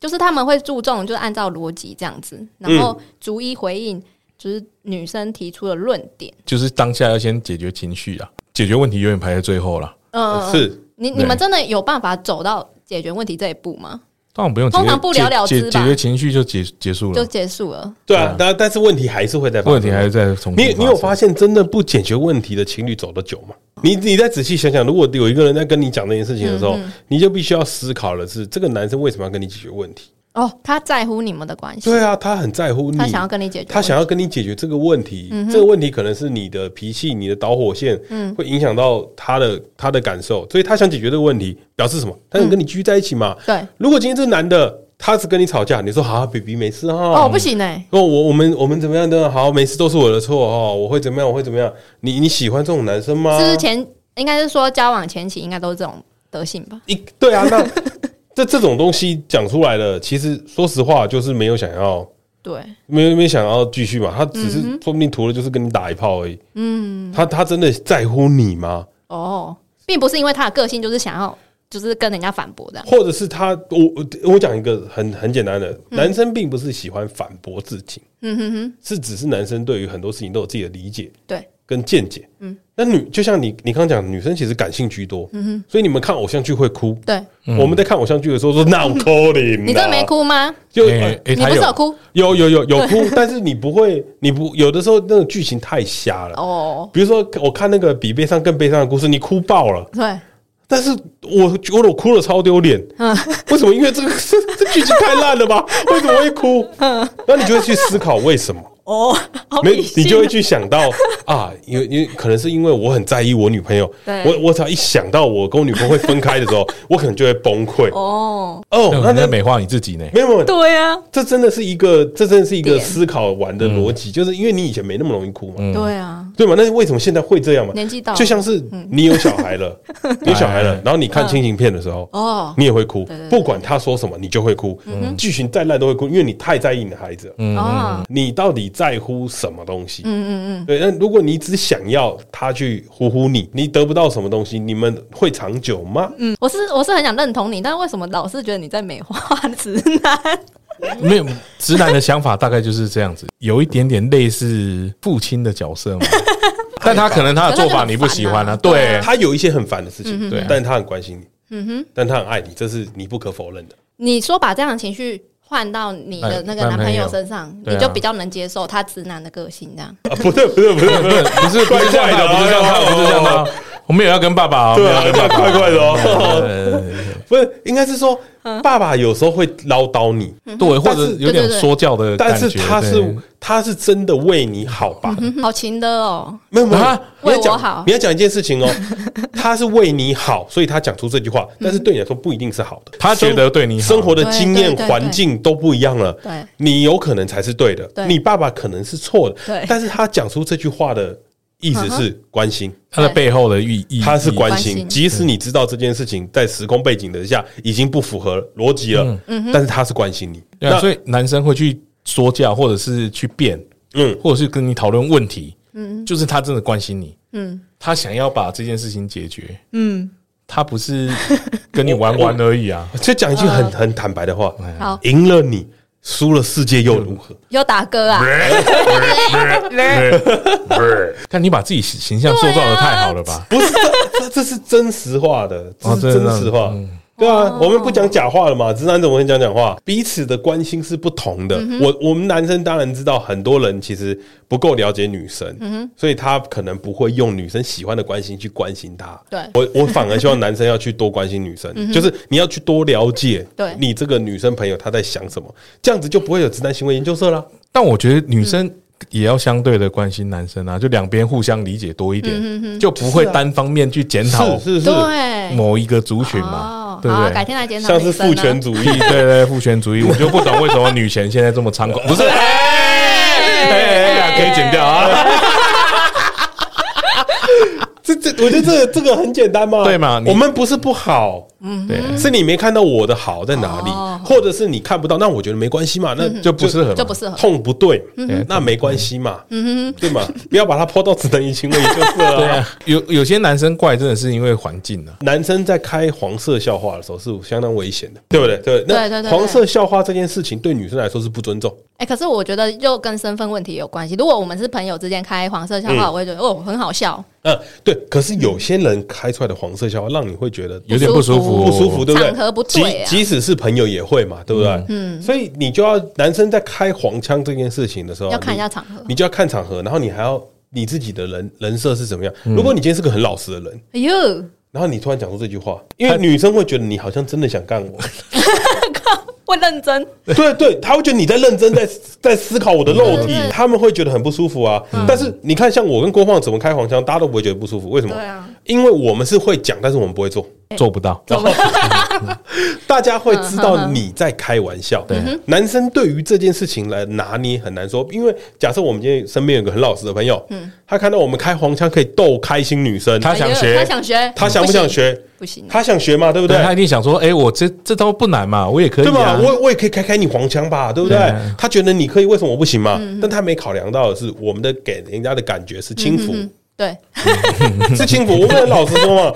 Speaker 5: 就是他们会注重就是按照逻辑这样子，然后逐一回应就是女生提出的论点。
Speaker 3: 就是当下要先解决情绪啊，解决问题永远排在最后啦。
Speaker 5: 嗯，
Speaker 1: 是
Speaker 5: 你你们真的有办法走到解决问题这一步吗？
Speaker 3: 当然不用解决，
Speaker 5: 通常不了了之
Speaker 3: 解
Speaker 5: 吧
Speaker 3: 解解决情绪就结结束
Speaker 5: 就
Speaker 3: 了，
Speaker 5: 结束了。
Speaker 1: 对啊，但但是问题还是会在发生
Speaker 3: 问题还是在重复
Speaker 1: 你你有发
Speaker 3: 现？
Speaker 1: 现真的不解决问题的情侣走得久吗？你你再仔细想想，如果有一个人在跟你讲这件事情的
Speaker 5: 嗯
Speaker 1: 时候，你就必须要思考的是，这个男生为什么要跟你解决问题？
Speaker 5: 哦，他在乎你们的关系，
Speaker 1: 对啊，他很在乎你，
Speaker 5: 他想要跟你解决问题，
Speaker 1: 他想要跟你解决这个问题，
Speaker 5: 嗯
Speaker 1: 这个问题可能是你的脾气、你的导火线，会影响到他的他的感受，所以他想解决这个问题，表示什么？他想跟你继续在一起嘛？
Speaker 5: 对。
Speaker 1: 如果今天这个男的他是跟你吵架，你说好、啊、，baby 没事哈、
Speaker 5: 哦，不行哎、
Speaker 1: 哦，我我们我们怎么样的？好，没事都是我的错哦，我会怎么样？我会怎么样？你你喜欢这种男生吗？
Speaker 5: 就是前应该是说交往前期应该都是这种德性吧？
Speaker 1: 一对啊，那这这种东西讲出来了，其实说实话就是没有想要。
Speaker 5: 对，
Speaker 1: 没有没有想要继续嘛，他只
Speaker 5: 嗯
Speaker 1: 是说不定图了就是跟你打一炮而已。嗯，他他真的在乎你吗？
Speaker 5: 哦，并不是因为他的个性就是想要就是跟人家反驳的，
Speaker 1: 或者是他我我我讲一个很很简单的，男生并不是喜欢反驳自己，
Speaker 5: 嗯哼哼，
Speaker 1: 是只是男生对于很多事情都有自己的理解
Speaker 5: 对，
Speaker 1: 跟见解。嗯，那女就像你你刚刚讲，女生其实感性居多，嗯所以你们看偶像剧会哭。
Speaker 5: 对
Speaker 1: 我们在看偶像剧的时候说闹哭林，
Speaker 5: 你真的没，哭吗？
Speaker 1: 啊就
Speaker 3: 哎哎，
Speaker 5: 你
Speaker 3: 他
Speaker 5: 不是有
Speaker 3: 有
Speaker 5: 哭
Speaker 1: 有有有有哭，但是你不会，你不有的时候那个剧情太瞎了。
Speaker 5: 哦？
Speaker 1: 比如说，我看那个比悲伤更悲伤的故事，你哭爆了，
Speaker 5: 对，
Speaker 1: 但是我觉得我哭了超丢脸。
Speaker 5: 嗯
Speaker 1: 为什么？因为这个 这这剧情太烂了 吧？为什么会哭？那你就会去思考为什么，
Speaker 5: 哦，好
Speaker 1: 没
Speaker 5: 理性
Speaker 1: 你就会去想到 啊，因为因为可能是因为我很在意我女朋友，
Speaker 5: 对
Speaker 1: 我我只要一想到我跟我女朋友会分开的时 候，我可能就会崩溃。
Speaker 5: 哦，
Speaker 1: 哦，那
Speaker 3: 你在
Speaker 1: 那
Speaker 3: 美化你自己呢？
Speaker 1: 没有没有，
Speaker 5: 对呀、啊，
Speaker 1: 这真的是一个这真的是一个
Speaker 5: 点
Speaker 1: 思考完的逻辑，就是因为你以前没那么容易哭嘛。
Speaker 5: 对啊，
Speaker 1: 对嘛？那为什么现在会这样嘛？
Speaker 5: 年纪到了嗯
Speaker 1: 就像是你有小孩 了，你有小孩了
Speaker 3: 哎，
Speaker 1: 然后你看亲情片的时候，
Speaker 5: 哦，
Speaker 1: 你也会哭
Speaker 5: 对嗯对，对
Speaker 1: 不管他说什么，你就会哭。嗯剧情再烂都会哭，因为你太在意你的孩子了。
Speaker 5: 哦，
Speaker 1: 你到底在乎什么东西？
Speaker 5: 嗯嗯嗯，
Speaker 1: 对，那如果你只想要他去呼呼你，你得不到什么东西，你们会长久吗？
Speaker 5: 嗯，我是我是很想认同你，但是为什么老是觉得你在美化 直男？
Speaker 3: 没有，直男的想法大概就是这样子，有一点点类似父亲的角色 嘛。但他可能他的做法你不喜欢啊，
Speaker 5: 可是他就很烦啊，
Speaker 3: 对
Speaker 1: 他有一些很烦的事
Speaker 5: 嗯
Speaker 1: 情，
Speaker 3: 对
Speaker 1: 但他很关心你，但他很爱你，这是你不可否认的。
Speaker 5: 你说把这样的情绪换到你的那个
Speaker 3: 哎男
Speaker 5: 男
Speaker 3: 朋
Speaker 5: 朋友
Speaker 3: 友
Speaker 5: 身上，
Speaker 3: 对啊
Speaker 5: 你就比较能接受他直男的个性这样。
Speaker 1: 啊，不对不对不对不对，
Speaker 3: 不是不是这样的，不是这样的，不是这样的。我们也要跟爸爸哦，
Speaker 1: 哦对啊，这样 怪怪的
Speaker 3: 呃
Speaker 1: 哦。不是，应该是说
Speaker 5: 嗯
Speaker 1: 爸爸有时候会唠叨你，
Speaker 3: 对，或者有点说教的感
Speaker 1: 但
Speaker 3: 觉，
Speaker 1: 是他是
Speaker 3: 对
Speaker 1: 他是真的为你好吧？
Speaker 5: 好勤的哦，
Speaker 1: 没有没有
Speaker 3: 啊，
Speaker 1: 你要
Speaker 5: 为我
Speaker 1: 讲
Speaker 5: 好
Speaker 1: 你要讲一件事 情哦，他是为你好，所以他讲出这句话，
Speaker 5: 嗯
Speaker 1: 但是对你来说不一定是好的。
Speaker 3: 他觉得对你好
Speaker 1: 生活的经验
Speaker 5: 对对对对
Speaker 1: 环境都不一样了，
Speaker 5: 哦对
Speaker 1: 你有可能才是对的，
Speaker 5: 对
Speaker 1: 你爸爸可能是错的
Speaker 5: 对，嗯
Speaker 1: 但是他讲出这句话的意思是关心。
Speaker 3: 他的背后的寓意，
Speaker 1: 他是
Speaker 3: 关
Speaker 1: 关心，
Speaker 5: 关心
Speaker 1: 即使你知道这件事情在时空背景的下已经不符合逻辑了，
Speaker 5: 嗯
Speaker 1: 但是他是关心你。
Speaker 3: 嗯对啊，
Speaker 1: 那
Speaker 3: 所以男生会去说教，或者是去辩，
Speaker 1: 嗯，
Speaker 3: 或者是跟你讨论问题，嗯，就是他真的关心你，嗯，他想要把这件事情解决，嗯，他不是跟你玩玩而已啊，
Speaker 1: 就讲一句很很坦白的话，
Speaker 5: 嗯
Speaker 3: 哎
Speaker 5: 好
Speaker 1: 赢了你，输了世界又如何？
Speaker 5: 有打歌啊，
Speaker 3: 但你把自己形象塑造的太好了吧？
Speaker 1: 不是，这这这是真实话的，这
Speaker 3: 哦
Speaker 1: 是
Speaker 3: 真的
Speaker 1: 真实话。
Speaker 3: 嗯
Speaker 1: 对
Speaker 5: 哦
Speaker 1: 啊，我们不讲假话了嘛，直男怎么会讲假话？彼此的关心是不同
Speaker 5: 嗯
Speaker 1: 的。我我们男生当然知道，很多人其实不够了解女生，
Speaker 5: 嗯
Speaker 1: 所以他可能不会用女生喜欢的关心去关心她。
Speaker 5: 对嗯
Speaker 1: 我我反而希望男生要去多关心女生，就是你要去多了解，
Speaker 5: 对
Speaker 1: 你这个女生朋友她在想什么，这样子就不会有直男行为研究社啦。
Speaker 3: 但我觉得女生也要相对的关心男生啊，就两边互相理解多一点，就不会
Speaker 1: 是啊
Speaker 3: 单方面去检讨
Speaker 1: 是是是，
Speaker 5: 对，啊
Speaker 3: 某一个族群嘛
Speaker 5: 哦，，
Speaker 3: 对不
Speaker 5: 好
Speaker 3: 对？
Speaker 5: 改天来检讨
Speaker 1: 像是
Speaker 5: 女生
Speaker 1: 父
Speaker 5: 啊
Speaker 1: 权主义
Speaker 3: 对对对，父权主义，我就不懂为什么女权现在这么猖狂，不是？哎哎呀，可以剪掉啊！
Speaker 1: 这这，我觉得这个这个很简单嘛，
Speaker 3: 对嘛你
Speaker 1: 我们不是不好，
Speaker 3: 对，
Speaker 1: 是你没看到我的好在哪里，
Speaker 5: 嗯哦嗯
Speaker 1: 或者是你看不到，那我觉得没关系嘛，那
Speaker 3: 就不适合嘛，
Speaker 5: 就不适合。嗯
Speaker 1: 痛不对，
Speaker 3: 对
Speaker 1: 那没关系嘛，对嘛？不要把它抛到只能一行为就是
Speaker 3: 对
Speaker 1: 了。
Speaker 3: 啊，有有些男生怪真的是因为环境啊，
Speaker 1: 男生在开黄色笑话的时候是相当危险的，对不对？对，
Speaker 5: 对对
Speaker 1: 那
Speaker 5: 对
Speaker 1: 黄色笑话这件事情对女生来说是不尊重，
Speaker 5: 哎、可是我觉得又跟身份问题有关系。如果我们是朋友之间开黄色笑话，
Speaker 1: 嗯
Speaker 5: 我会觉得哦很好笑，
Speaker 1: 嗯，对。可是有些人开出来的黄色笑话，让你会觉得
Speaker 3: 有点不舒服，
Speaker 1: 不舒服，对不对？
Speaker 5: 场合不对啊
Speaker 1: 即即使是朋友也会嘛，对不对？嗯，所以你就要男生在开黄腔这件事情
Speaker 3: 哦
Speaker 1: 的时候，
Speaker 5: 要看一下
Speaker 1: 你
Speaker 5: 场合
Speaker 1: 你就要看场合，然后你还要你自己的人人设是怎么样。如果你今天是个很老实的人，
Speaker 5: 哎呦，
Speaker 1: 然后你突然讲出这句话，因为女生会觉得你好像真的想干我，
Speaker 5: 我认真。
Speaker 1: 对对，她会觉得你在认真在在思考我的肉体
Speaker 5: 对嗯对，对
Speaker 1: 他们会觉得很不舒服啊。但是你看，像我跟郭放怎么开黄腔，大家都不会觉得不舒服，为什么？
Speaker 5: 对啊
Speaker 1: 因为我们是会讲，但是我们不会做。
Speaker 3: 做不到。
Speaker 1: 大家会知道你在开玩笑。对，男生对于这件事情来拿捏很难说，因为假设我们今天身边有个很老实的朋友，他看到我们开黄腔可以逗开心女生，
Speaker 3: 他
Speaker 1: 他
Speaker 3: 想
Speaker 5: 哎呦
Speaker 3: 学
Speaker 5: 他想学，
Speaker 1: 他想不想学？
Speaker 5: 不行？不行，
Speaker 1: 他想学嘛，对不
Speaker 3: 对
Speaker 1: 对？
Speaker 3: 他一定想说，哎，我这这招不难嘛，我也可以
Speaker 1: 对吧？
Speaker 3: 啊。
Speaker 1: 我我也可以开开你黄腔吧，对不对
Speaker 3: 对啊？
Speaker 1: 他觉得你可以，为什么我不行嘛？但他没考量到的是，我们的给人家的感觉是轻浮，
Speaker 5: 对，
Speaker 1: 是轻浮。我们很老实 说嘛，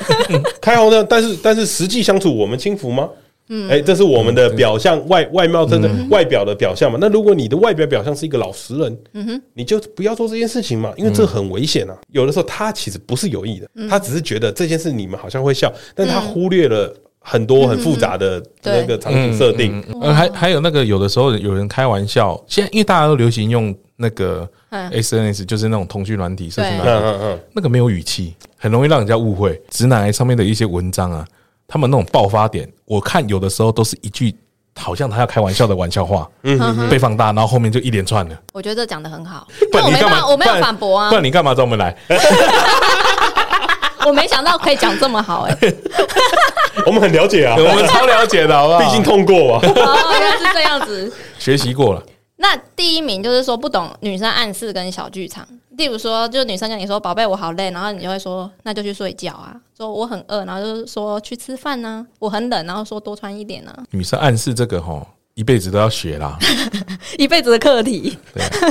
Speaker 1: 开黄腔，但是但是实际相处，我们轻浮吗？嗯，哎，这是我们的表象外外貌，真的外表的表象嘛。那如果你的外表表象是一个老实人，嗯哼，你就不要做这件事情嘛，因为这很危险啊。有的时候他其实不是有意的，他只是觉得这件事你们好像会笑，但他忽略了很多很复杂的那个场景设定。
Speaker 3: 呃，还还有那个，有的时候有人开玩笑，现在因为大家都流行用那个
Speaker 5: 嗯
Speaker 3: SNS，就是那种通讯软体、社群
Speaker 1: 嗯
Speaker 3: 软体，
Speaker 1: 嗯嗯。
Speaker 3: 那个没有语气，很容易让人家误会。直男癌上面的一些文章啊，他们那种爆发点，我看有的时候都是一句好像他要开玩笑的玩笑话，
Speaker 5: 嗯
Speaker 3: 被放大，然后后面就一连串的。
Speaker 5: 我觉得这讲的很好。
Speaker 3: 不
Speaker 5: 但我
Speaker 3: 然你
Speaker 5: 没办
Speaker 3: 干嘛？
Speaker 5: 法，我没
Speaker 3: 不
Speaker 5: 有
Speaker 3: 然
Speaker 5: 反驳啊
Speaker 3: 不，然你干嘛找 我们来？
Speaker 5: 我没想到可以讲这么 好哎、
Speaker 1: 我们很了解啊，
Speaker 3: 嗯我们超了解的，好不好？
Speaker 1: 毕竟痛过 嘛。
Speaker 5: 哦，原来是这样子。
Speaker 3: 学习过了，
Speaker 5: 那第一名就是说不懂女生暗示跟小剧场，例如说，就女生跟你说“宝贝，我好累”，然后你就会说“那就去睡觉啊”，说“我很饿”，然后就是说去吃饭呢、我很冷，然后说多穿一点呢、啊
Speaker 3: 女生暗示这个吼，一辈子都要学啦。
Speaker 5: 一辈子的课题，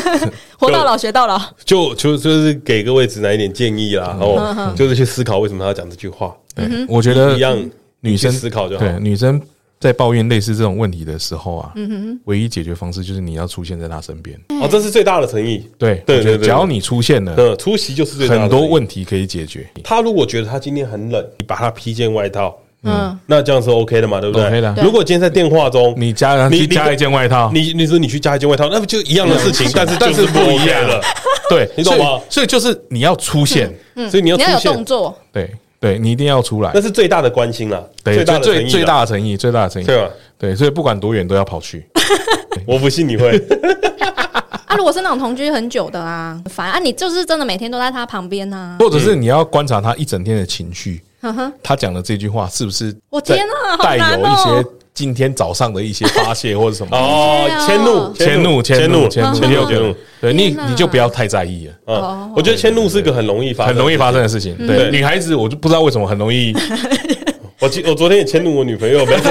Speaker 5: 活到老学到老。
Speaker 1: 就就就是给各位直男一点建议啦，哦，就是去思考为什么他要讲这句话，
Speaker 5: 嗯
Speaker 3: 对，我觉得
Speaker 1: 一样
Speaker 3: 女生
Speaker 1: 你去思考就好
Speaker 3: 对，女生在抱怨类似这种问题的时候啊，
Speaker 5: 嗯
Speaker 3: 唯一解决方式就是你要出现在她身边。
Speaker 1: 哦，这是最大的诚意。
Speaker 3: 对，
Speaker 1: 对
Speaker 3: 我觉
Speaker 1: 对
Speaker 3: 得
Speaker 1: 对，
Speaker 3: 只要你出现了，
Speaker 1: 呃出席就是最大的
Speaker 3: 嗯很多
Speaker 1: 诚意
Speaker 3: 问题可以解决。
Speaker 1: 他如果觉得他今天很冷，你把他披件外套，
Speaker 5: 嗯，
Speaker 1: 那这样是 OK 的嘛，对不对
Speaker 3: OK 的
Speaker 1: 如果今天在电话中，
Speaker 3: 你加
Speaker 1: 你
Speaker 3: 你加一件外套，
Speaker 1: 你你说你去加一件外套，那不就一样
Speaker 3: 嗯
Speaker 1: 的事情，但是
Speaker 3: 但
Speaker 1: 就是是
Speaker 3: 不
Speaker 1: 不一样
Speaker 3: OK
Speaker 1: 了。
Speaker 3: 对，
Speaker 1: 你懂吗
Speaker 3: 所以所以就是你要出 现，
Speaker 1: 嗯所以你要
Speaker 5: 你要有
Speaker 1: 出
Speaker 5: 动
Speaker 1: 现，
Speaker 5: 作，
Speaker 3: 对对，你一定要出来
Speaker 1: 那，是最大的关心啦，
Speaker 3: 对，
Speaker 1: 大
Speaker 3: 最
Speaker 1: 的诚意
Speaker 3: 最
Speaker 1: 啦
Speaker 3: 最大的诚意，最大的诚意，
Speaker 1: 对啊嗯吧？
Speaker 3: 对，所以不管多远都要跑去。
Speaker 1: 我不信你 会，
Speaker 5: 啊，如果是那种同居很久的啊，很烦啊，你就是真的每天都在他旁边呐、啊。
Speaker 3: 或者是你要观察他一整天的情绪，
Speaker 5: 呵呵，
Speaker 3: 他讲的这句话是不是
Speaker 5: 我
Speaker 3: 在
Speaker 5: 天啊，嗯好
Speaker 3: 带
Speaker 5: 难
Speaker 3: 有一
Speaker 5: 哦
Speaker 3: 些。今天早上的一些发泄或者什么？
Speaker 1: 哦
Speaker 5: 对，啊
Speaker 1: 迁怒，
Speaker 3: 迁怒，
Speaker 1: 迁怒，
Speaker 3: 迁怒，
Speaker 1: 迁怒，迁
Speaker 3: 对
Speaker 1: 怒。
Speaker 3: 对你，
Speaker 5: 天哪
Speaker 3: 你就不要太在意了，
Speaker 5: 哦
Speaker 1: 嗯，我觉得迁怒是个很容易发，
Speaker 3: 很容易发生。的事情。对，
Speaker 1: 嗯
Speaker 3: 女孩子我就不知道为什么很容易，
Speaker 1: 啊我今我昨天也迁怒我女朋友，没 错，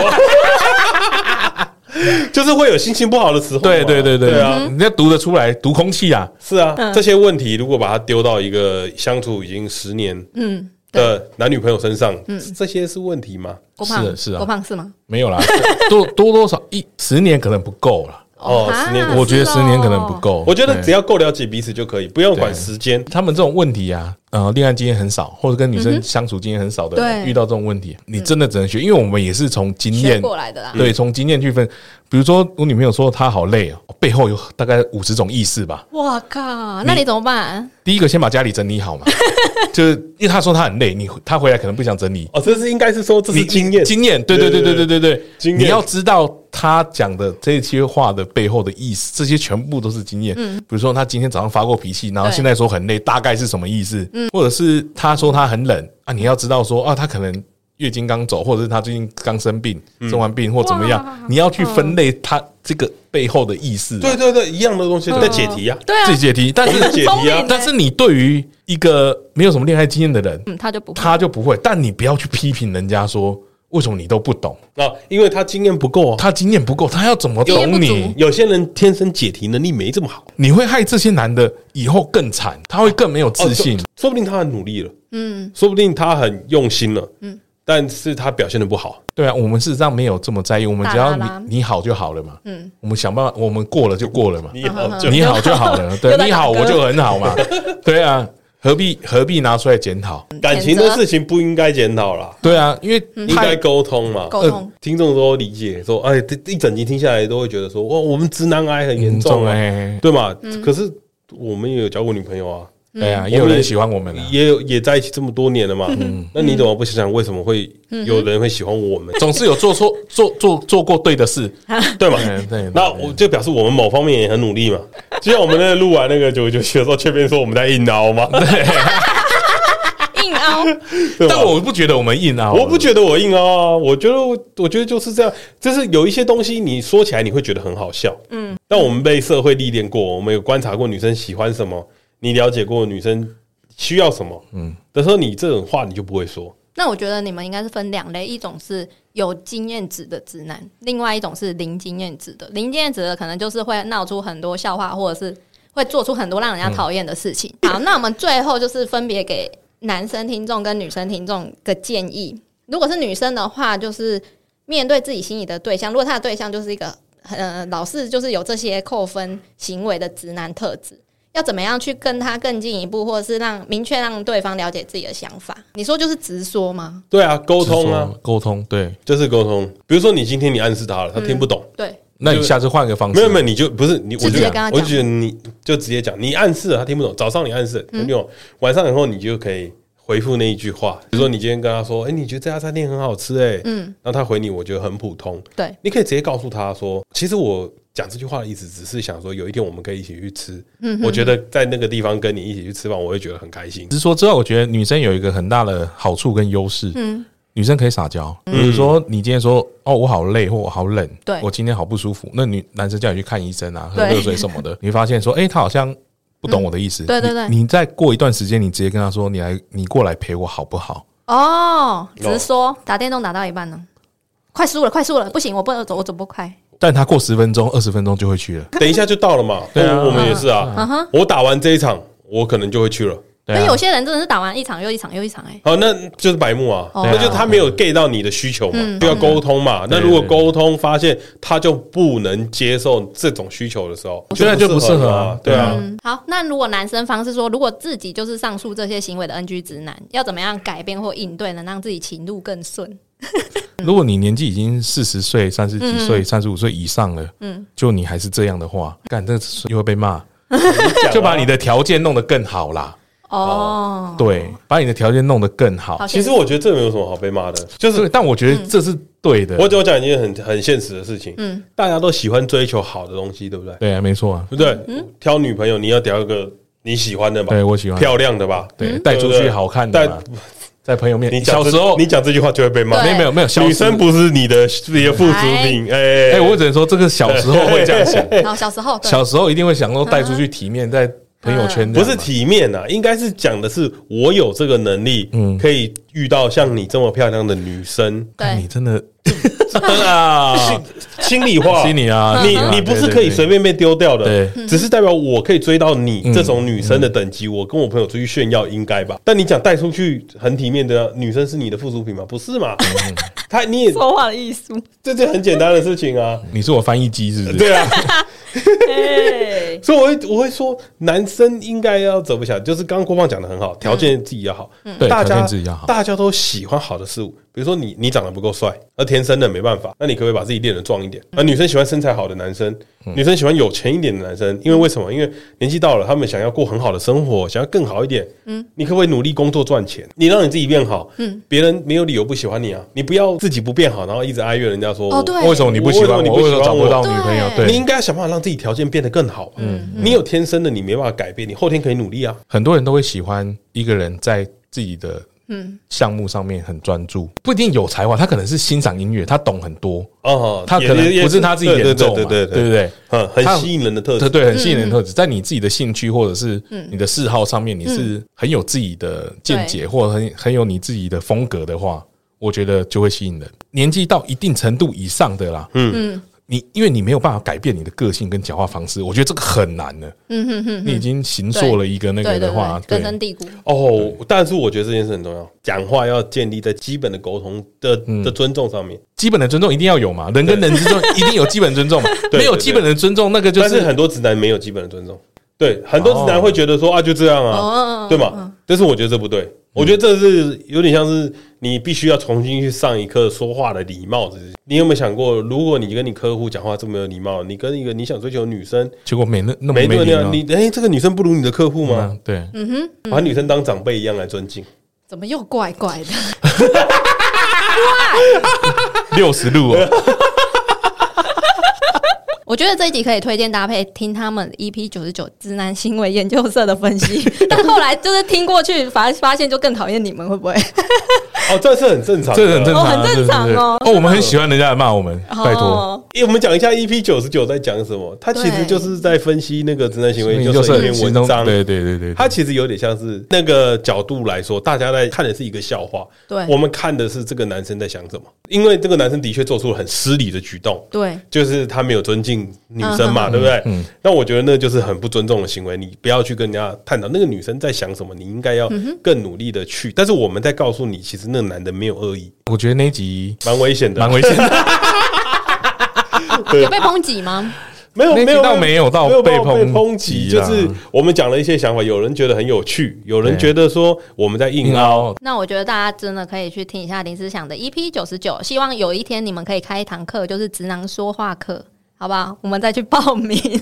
Speaker 1: 就是会有心情不好的时候嘛。
Speaker 3: 对对对
Speaker 1: 对
Speaker 5: 嗯
Speaker 1: 啊，
Speaker 3: 人家读得出来，读空气啊，
Speaker 1: 是啊，这些问题如果把它丢到一个相处已经十年
Speaker 5: 嗯，
Speaker 1: 的男女朋友身上，这些是问题吗？
Speaker 5: 郭胖
Speaker 3: 是的是啊
Speaker 5: 郭胖是吗？
Speaker 3: 没有啦， 多多多少一十年可能不够了，
Speaker 1: 哦
Speaker 5: 啊
Speaker 1: 十年
Speaker 3: 我觉得十年可能不。
Speaker 5: 是哦
Speaker 3: 够。
Speaker 1: 我觉得
Speaker 3: 对
Speaker 1: 只要够了解彼此就可以，不用管时间。
Speaker 3: 他们这种问题啊，呃，恋爱经验很少，或者跟女生相处经验很少的人，
Speaker 5: 嗯对嗯
Speaker 3: 遇到这种问题，你真的只能学，因为我们也是从经
Speaker 5: 学
Speaker 3: 验
Speaker 5: 过来的啦。
Speaker 3: 对，从经验去分。比如说，我女朋友说她好累哦，背后有大概五十种意思吧。
Speaker 5: 哇靠，那你怎么办？
Speaker 3: 第一个，先把家里整 理好嘛，就是因为她说她很累，你她回来可能不想整理。
Speaker 1: 哦，这是应该是说这是
Speaker 3: 你
Speaker 1: 经验，
Speaker 3: 经验，对对对
Speaker 1: 对对
Speaker 3: 对对对对，
Speaker 1: 经验
Speaker 3: 你要知道她讲的这些话的背后的意思，这些全部都是经验。嗯，比如说她今天早上发过脾气，然后
Speaker 5: 对
Speaker 3: 现在说很累，大概是什么意思？嗯，或者是她说她很冷啊，你要知道说啊，她可能月经刚走，或者是她最近刚生病，
Speaker 1: 嗯
Speaker 3: 生完病或怎么样
Speaker 5: 哇，
Speaker 3: 你要去分类她这个背后的意思啊。
Speaker 1: 对对对，一样的东西在解题啊，
Speaker 5: 对啊
Speaker 3: 自，己解题，但
Speaker 1: 我们
Speaker 3: 是
Speaker 1: 解
Speaker 5: 聪
Speaker 1: 题
Speaker 5: 明
Speaker 1: 啊
Speaker 5: 欸。
Speaker 3: 但是你对于一个没有什么恋爱经验的人，
Speaker 5: 嗯，他就不会
Speaker 3: 他就不会。但你不要去批评人家说为什么你都不懂，
Speaker 1: 啊，因为他经验不够啊。
Speaker 3: 他经验不够，他要怎么懂
Speaker 5: 经验不
Speaker 3: 你
Speaker 5: 足？
Speaker 1: 有些人天生解题能力没这么好，
Speaker 3: 你会害这些男的以后更惨，他会更没有自信
Speaker 1: 哦。说说不定他很努力了，
Speaker 5: 嗯，
Speaker 1: 说不定他很用心了，嗯，但是他表现的不好。
Speaker 3: 对啊，我们事实上没有这么在意，我们只要
Speaker 5: 大啦啦
Speaker 3: 你你好就好了嘛。
Speaker 5: 嗯
Speaker 3: 嗯，我们想办法，我们过了就过了嘛。
Speaker 5: 啊
Speaker 1: 你好，就
Speaker 3: 你好就好 了，
Speaker 5: 又
Speaker 3: 对
Speaker 5: 在，打
Speaker 3: 你好
Speaker 5: 嗝
Speaker 3: 我就很好嘛。对啊，何必何必拿出来检讨？
Speaker 1: 感情的事情不应该检讨啦，
Speaker 3: 对啊，因为
Speaker 1: 应
Speaker 3: 太
Speaker 1: 该沟通嘛。
Speaker 5: 嗯沟通。
Speaker 1: 听众都理解说，哎，这一整集听下来都会觉得说，哇，我们直男癌很严
Speaker 3: 严
Speaker 1: 重
Speaker 3: 重
Speaker 1: 啊，
Speaker 3: 哎。
Speaker 1: 对嘛？
Speaker 5: 嗯
Speaker 1: 可是我们也有交过女朋友啊，
Speaker 3: 对啊，也有人喜欢我们啊。
Speaker 1: 也有也在一起这么多年了嘛，
Speaker 5: 嗯
Speaker 1: 那你怎么不想想为什么会有人会喜欢我们，
Speaker 3: 总是有做错、做做做过对的事，
Speaker 1: 对嘛？
Speaker 3: 嗯对对
Speaker 1: 那我就表示我们某方面也很努力嘛。就像我们那个录完那个九九七的时候，却被说我们在硬凹嘛，
Speaker 5: 硬凹，
Speaker 1: 对吧
Speaker 3: 但我不觉得我们硬啊，
Speaker 1: 我不觉得我硬凹啊，我觉得我我觉得就是这样，就是有一些东西你说起来你会觉得很好笑，嗯，但我们被社会历练过，我们有观察过女生喜欢什么，你了解过女生需要什么，嗯，的时候你这种话你就不会说，
Speaker 5: 那我觉得你们应该是分两类，一种是有经验值的直男，另外一种是零经验值的。零经验值的可能就是会闹出很多笑话，或者是会做出很多让人家讨厌的事情。好，那我们最后就是分别给男生听众跟女生听众个建议。如果是女生的话，就是面对自己心仪的对象，如果他的对象就是一个呃老是就是有这些扣分行为的直男特质，要怎么样去跟他更进一步，或者是让明确让对方了解自己的想法？你说就是直说吗？
Speaker 1: 对啊，沟
Speaker 3: 沟
Speaker 1: 通啊，，
Speaker 3: 沟通。对，
Speaker 1: 就是沟通，比如说你今天你暗示他了，
Speaker 5: 嗯
Speaker 1: 他听不懂。
Speaker 5: 对，
Speaker 3: 那你下次换个方式，
Speaker 1: 没有没有，你就不是你，
Speaker 5: 就
Speaker 1: 我
Speaker 5: 直
Speaker 1: 就
Speaker 5: 接跟他讲
Speaker 1: 我就觉得你就直接讲，你暗示了他听不懂。早上你暗示了听
Speaker 5: 嗯
Speaker 1: 不懂，晚上以后你就可以回复那一句话，比如说你今天跟他说，哎，你觉得这家餐厅很好吃，哎，
Speaker 5: 嗯，
Speaker 1: 然后他回你，我觉得很普通。
Speaker 5: 对，
Speaker 1: 你可以直接告诉他说，其实我讲这句话的意思只是想说，有一天我们可以一起去吃。嗯，我觉得在那个地方跟你一起去吃饭，我会觉得很开心。
Speaker 3: 直说之外，我觉得女生有一个很大的好处跟优势，
Speaker 5: 嗯，
Speaker 3: 女生可以撒娇，比如说你今天说哦我好累或我好冷，
Speaker 5: 对
Speaker 3: 我今天好不舒服，那女男生叫你去看医生啊，喝
Speaker 5: 对嗯
Speaker 3: 热水什 么的，你会发现说哎他好像。不懂我的意思，
Speaker 5: 对对对
Speaker 3: 你你再过一段时间，你直接跟他说，你来，你过来陪我好不好？
Speaker 5: 哦，直说，打电动打到一半呢，快输了，快输了，不行，我不能走，我走不快。
Speaker 3: 但他过十分钟、二十分钟就会去了，
Speaker 1: 等一下就到了嘛，
Speaker 3: 对啊
Speaker 1: 我我们也是
Speaker 5: 嗯
Speaker 1: 啊
Speaker 5: 哼。
Speaker 1: 我打完这一场，我可能就会去了。
Speaker 3: 对
Speaker 5: 所以
Speaker 3: 啊
Speaker 5: 有，些人真的是打完一场又一场又一场、哎，
Speaker 1: 好，那就是白目啊，
Speaker 5: 哦
Speaker 1: 那就是他没有 get 到你的需求嘛，就要沟通嘛。
Speaker 3: 嗯
Speaker 1: 那如果沟通发现他就不能接受这种需求的时候，
Speaker 3: 对啊就不适合
Speaker 1: 啊
Speaker 3: 啊，
Speaker 1: 对啊。
Speaker 5: 嗯，好，那如果男生方是说，如果自己就是上述这些行为的 NG 直男，要怎么样改变或应对，能让自己情路更顺？
Speaker 3: 如果你年纪已经四十岁、三十几
Speaker 5: 嗯
Speaker 3: 岁、三十五岁以上了，嗯，就你还是这样的话，干这是又会被骂，
Speaker 1: 啊
Speaker 3: 就把你的条件弄得更好啦。
Speaker 5: 哦，
Speaker 3: 对，把你的条件弄得更好。
Speaker 5: 好
Speaker 1: 其实我觉得这没有什么好被骂的，就
Speaker 3: 就是，
Speaker 1: 是
Speaker 3: 但我觉得这是对的。
Speaker 1: 嗯我只有讲一件很很现实的事情，嗯，大家都喜欢追求好的东西，对不对？
Speaker 3: 对啊，没错啊，
Speaker 1: 对不对？挑女朋友你要挑一个你喜欢的吧，
Speaker 3: 对我喜欢
Speaker 1: 漂亮的吧，
Speaker 3: 对，带出
Speaker 1: 对不
Speaker 3: 去
Speaker 1: 对
Speaker 3: 好看的嘛，在朋友面
Speaker 1: 你
Speaker 3: 前，
Speaker 1: 讲
Speaker 3: 小
Speaker 1: 这
Speaker 3: 时候
Speaker 1: 你讲这句话就会被骂，
Speaker 5: 对
Speaker 3: 没有没有没有，小
Speaker 1: 女
Speaker 3: 时
Speaker 1: 生不是你的自己的附属品，哎
Speaker 3: 哎，我只能说这个小时候会这样想，
Speaker 5: 然后哎哦小时候对。
Speaker 3: 小时候一定会想说带出去体面，在朋友圈
Speaker 1: 不
Speaker 3: 这样嘛哎
Speaker 1: 是体面呐、啊，应该是讲的是我有这个能力，嗯，可以遇到像你这么漂亮的女生
Speaker 5: 对
Speaker 3: 你真的真的 啊，
Speaker 1: 心里话，
Speaker 3: 心里啊，
Speaker 1: 你
Speaker 3: 心里啊
Speaker 1: 你不是可以随。便被丢掉的
Speaker 3: 对，
Speaker 1: 只是代表我可以追到你这种女生的等级，我跟我朋友出去炫耀应该吧？但你讲带出去很体面的女生是你的附属品吗？不是嘛？他你也
Speaker 5: 说话的艺术，
Speaker 1: 这就很简单的事情啊，
Speaker 3: 对对对你是我翻译机是不是？
Speaker 1: 对啊，
Speaker 5: 哎
Speaker 1: 所以我会我会说，男生应该要怎么想？就是刚刚郭胖讲的很好，条件自己要好，
Speaker 3: 对
Speaker 1: 大
Speaker 3: 条
Speaker 1: 家
Speaker 3: 件自己要好
Speaker 1: 大家都喜欢好的事物，比如说你你长得不够帅，那天生的没办法，那你可不可以把自己练得壮一点？那女生喜欢身材好的男生，
Speaker 3: 嗯
Speaker 1: 女生喜欢有钱一点的男生，因为为什么？因为年纪到了，他们想要过很好的生活，想要更好一点。嗯，你可不可以努力工作赚钱？你让你自己变好，嗯，别人没有理由不喜欢你啊！你不要自己不变好，然后一直哀怨人家说
Speaker 5: 哦
Speaker 1: 我
Speaker 5: 对
Speaker 3: 为什么你不喜欢
Speaker 1: 为什么你
Speaker 3: 我？
Speaker 1: 不
Speaker 3: 为
Speaker 1: 喜欢
Speaker 3: 什么找不
Speaker 1: 我
Speaker 3: 到女朋友？
Speaker 1: 你
Speaker 3: 对
Speaker 1: 应，该想办法让自己条件变得更好。嗯，你有天生的，你没办法改变，你后天可以努力啊。
Speaker 3: 很多人都会喜欢一个人在自己的项目上面很专注，不一定有才华，他可能是欣赏音乐，他懂很多，
Speaker 1: 哦，
Speaker 3: 嗯他可
Speaker 1: 也
Speaker 3: 能
Speaker 1: 也
Speaker 3: 不是他自己演奏嘛，
Speaker 1: 对对
Speaker 3: 对不
Speaker 1: 对，
Speaker 3: 对？
Speaker 1: 嗯，很
Speaker 3: 他
Speaker 1: 吸引人的特
Speaker 3: 对
Speaker 1: 质。
Speaker 3: 对，很吸引人的特质，在你自己的兴趣或者是你的嗜好上面，你是很有自己的见解，或者很很有你自己的风格的话，我觉得就会吸引人。年纪到一定程度以上的啦，嗯，你因为你没有办法改变你的个性跟讲话方式，我觉得这个很难的。嗯哼哼，你已经形塑了一个那
Speaker 5: 对
Speaker 3: 个
Speaker 5: 对
Speaker 3: 的话
Speaker 5: 对，，根
Speaker 3: 对
Speaker 5: 深 蒂固，
Speaker 1: 哦，但是我觉得这件事很重要，讲话要建立在基本的沟通的
Speaker 3: 嗯
Speaker 1: 的尊重上面。
Speaker 3: 基本的尊重一定要有嘛，人跟人之中一定有基本尊重嘛，
Speaker 1: 对
Speaker 3: 没有
Speaker 1: 对
Speaker 3: 基本的尊重，那个就
Speaker 1: 但是很多直男没有基本的尊重，对，很多直男
Speaker 3: 哦
Speaker 1: 会觉得说啊，就这样啊
Speaker 5: 哦，
Speaker 1: 对嘛？但是我觉得这不对，我觉得这是有点像是你必须要重新去上一课说话的礼貌这件事。你有没有想过，如果你跟你客户讲话这么有礼貌，你跟一个你想追求的女生，
Speaker 3: 结果没那那么
Speaker 1: 没
Speaker 3: 没
Speaker 1: 对
Speaker 3: 礼
Speaker 1: 啊
Speaker 3: 貌，
Speaker 1: 你哎、这个女生不如你的客户吗？
Speaker 3: 嗯对，
Speaker 1: 把女生当长辈一样来尊敬，
Speaker 5: 怎么又怪怪 的？
Speaker 3: 六十 路哦，
Speaker 5: 我觉得这一集可以推荐搭配听他们 EP 九十九直男行为研究社的分析，但后来就是听过去，反而发现就更讨厌你们，会 不会？
Speaker 1: 哦，这是很正常的，
Speaker 3: 这个很正常啊，
Speaker 5: 哦很正常哦
Speaker 3: 对对对哦，我们很喜欢人家来骂我们，拜托。
Speaker 5: 哦，
Speaker 1: 哎因为我们讲一下 EP 九十九在讲什么，它其实
Speaker 5: 对
Speaker 1: 就是在分析那个直男行为
Speaker 3: 你
Speaker 1: 研究社一
Speaker 3: 很
Speaker 1: 篇
Speaker 3: 心
Speaker 1: 文
Speaker 3: 中
Speaker 1: 章，
Speaker 3: 对对对对，
Speaker 1: 它其实有点像是那个角度来说，大家在看的是一个笑话，
Speaker 5: 对
Speaker 1: 我们看的是这个男生在想什么，因为这个男生的确做出了很失礼的举动。
Speaker 5: 对，
Speaker 1: 就是他没有尊敬女生嘛，对不对？
Speaker 3: 嗯
Speaker 1: 那我觉得那就是很不尊重的行为，你不要去跟人家探讨那个女生在想什么，你应该要更努力的去。但是我们在告诉你，其实那个男的没有恶意，
Speaker 3: 我觉得那一集
Speaker 1: 蛮危险的，
Speaker 3: 蛮危险的，
Speaker 5: 有被抨击吗？
Speaker 1: 没有
Speaker 3: 那集
Speaker 1: 没有啊
Speaker 3: 倒没有到
Speaker 1: 没有
Speaker 3: 被
Speaker 1: 被
Speaker 3: 抨
Speaker 1: 抨击，
Speaker 3: 击
Speaker 1: 就
Speaker 3: 啦
Speaker 1: 是我们讲了一些想法，有人觉得很有趣，有人
Speaker 3: 对
Speaker 1: 觉得说我们在硬
Speaker 3: 硬
Speaker 1: 凹。
Speaker 3: 凹
Speaker 5: 那我觉得大家真的可以去听一下林思想的 EP 九十九，希望有一天你们可以开一堂课，就是直男说话课，好不好？我们再去报名。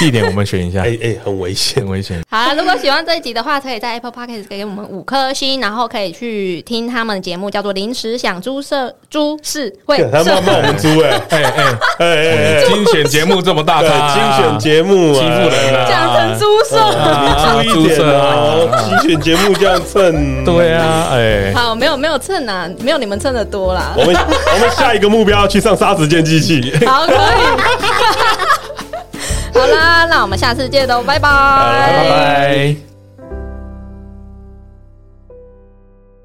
Speaker 3: 地点，我们选一下
Speaker 1: 哎，哎，很危险
Speaker 3: 很。危险。
Speaker 5: 好啊 啦，如果喜欢这一集的话，可以在 Apple Podcast 给我们五颗星，然后可以去听他们的节目，叫做《临时想猪社猪事会
Speaker 1: 干 他
Speaker 5: 社
Speaker 1: 骂骂我们猪 哎
Speaker 3: 哎哎
Speaker 1: 哎哎
Speaker 3: 哎，精选节目这么大
Speaker 1: 哎，
Speaker 3: 咖，
Speaker 1: 精选节目
Speaker 3: 欺负人
Speaker 1: 啊
Speaker 3: 啊！
Speaker 5: 讲成猪
Speaker 1: 哎
Speaker 5: 社。
Speaker 1: 你注意一点
Speaker 3: 啊
Speaker 1: 哦，精选节目这样蹭。
Speaker 3: 对啊，哎，
Speaker 5: 好，没有没有蹭啊，没有你们蹭的多啦
Speaker 1: 我。们我们下一个目标要去上沙子剑机器。
Speaker 5: 好，可 以。好啦，那我们下次见喽，拜拜
Speaker 1: 好拜
Speaker 3: 拜拜。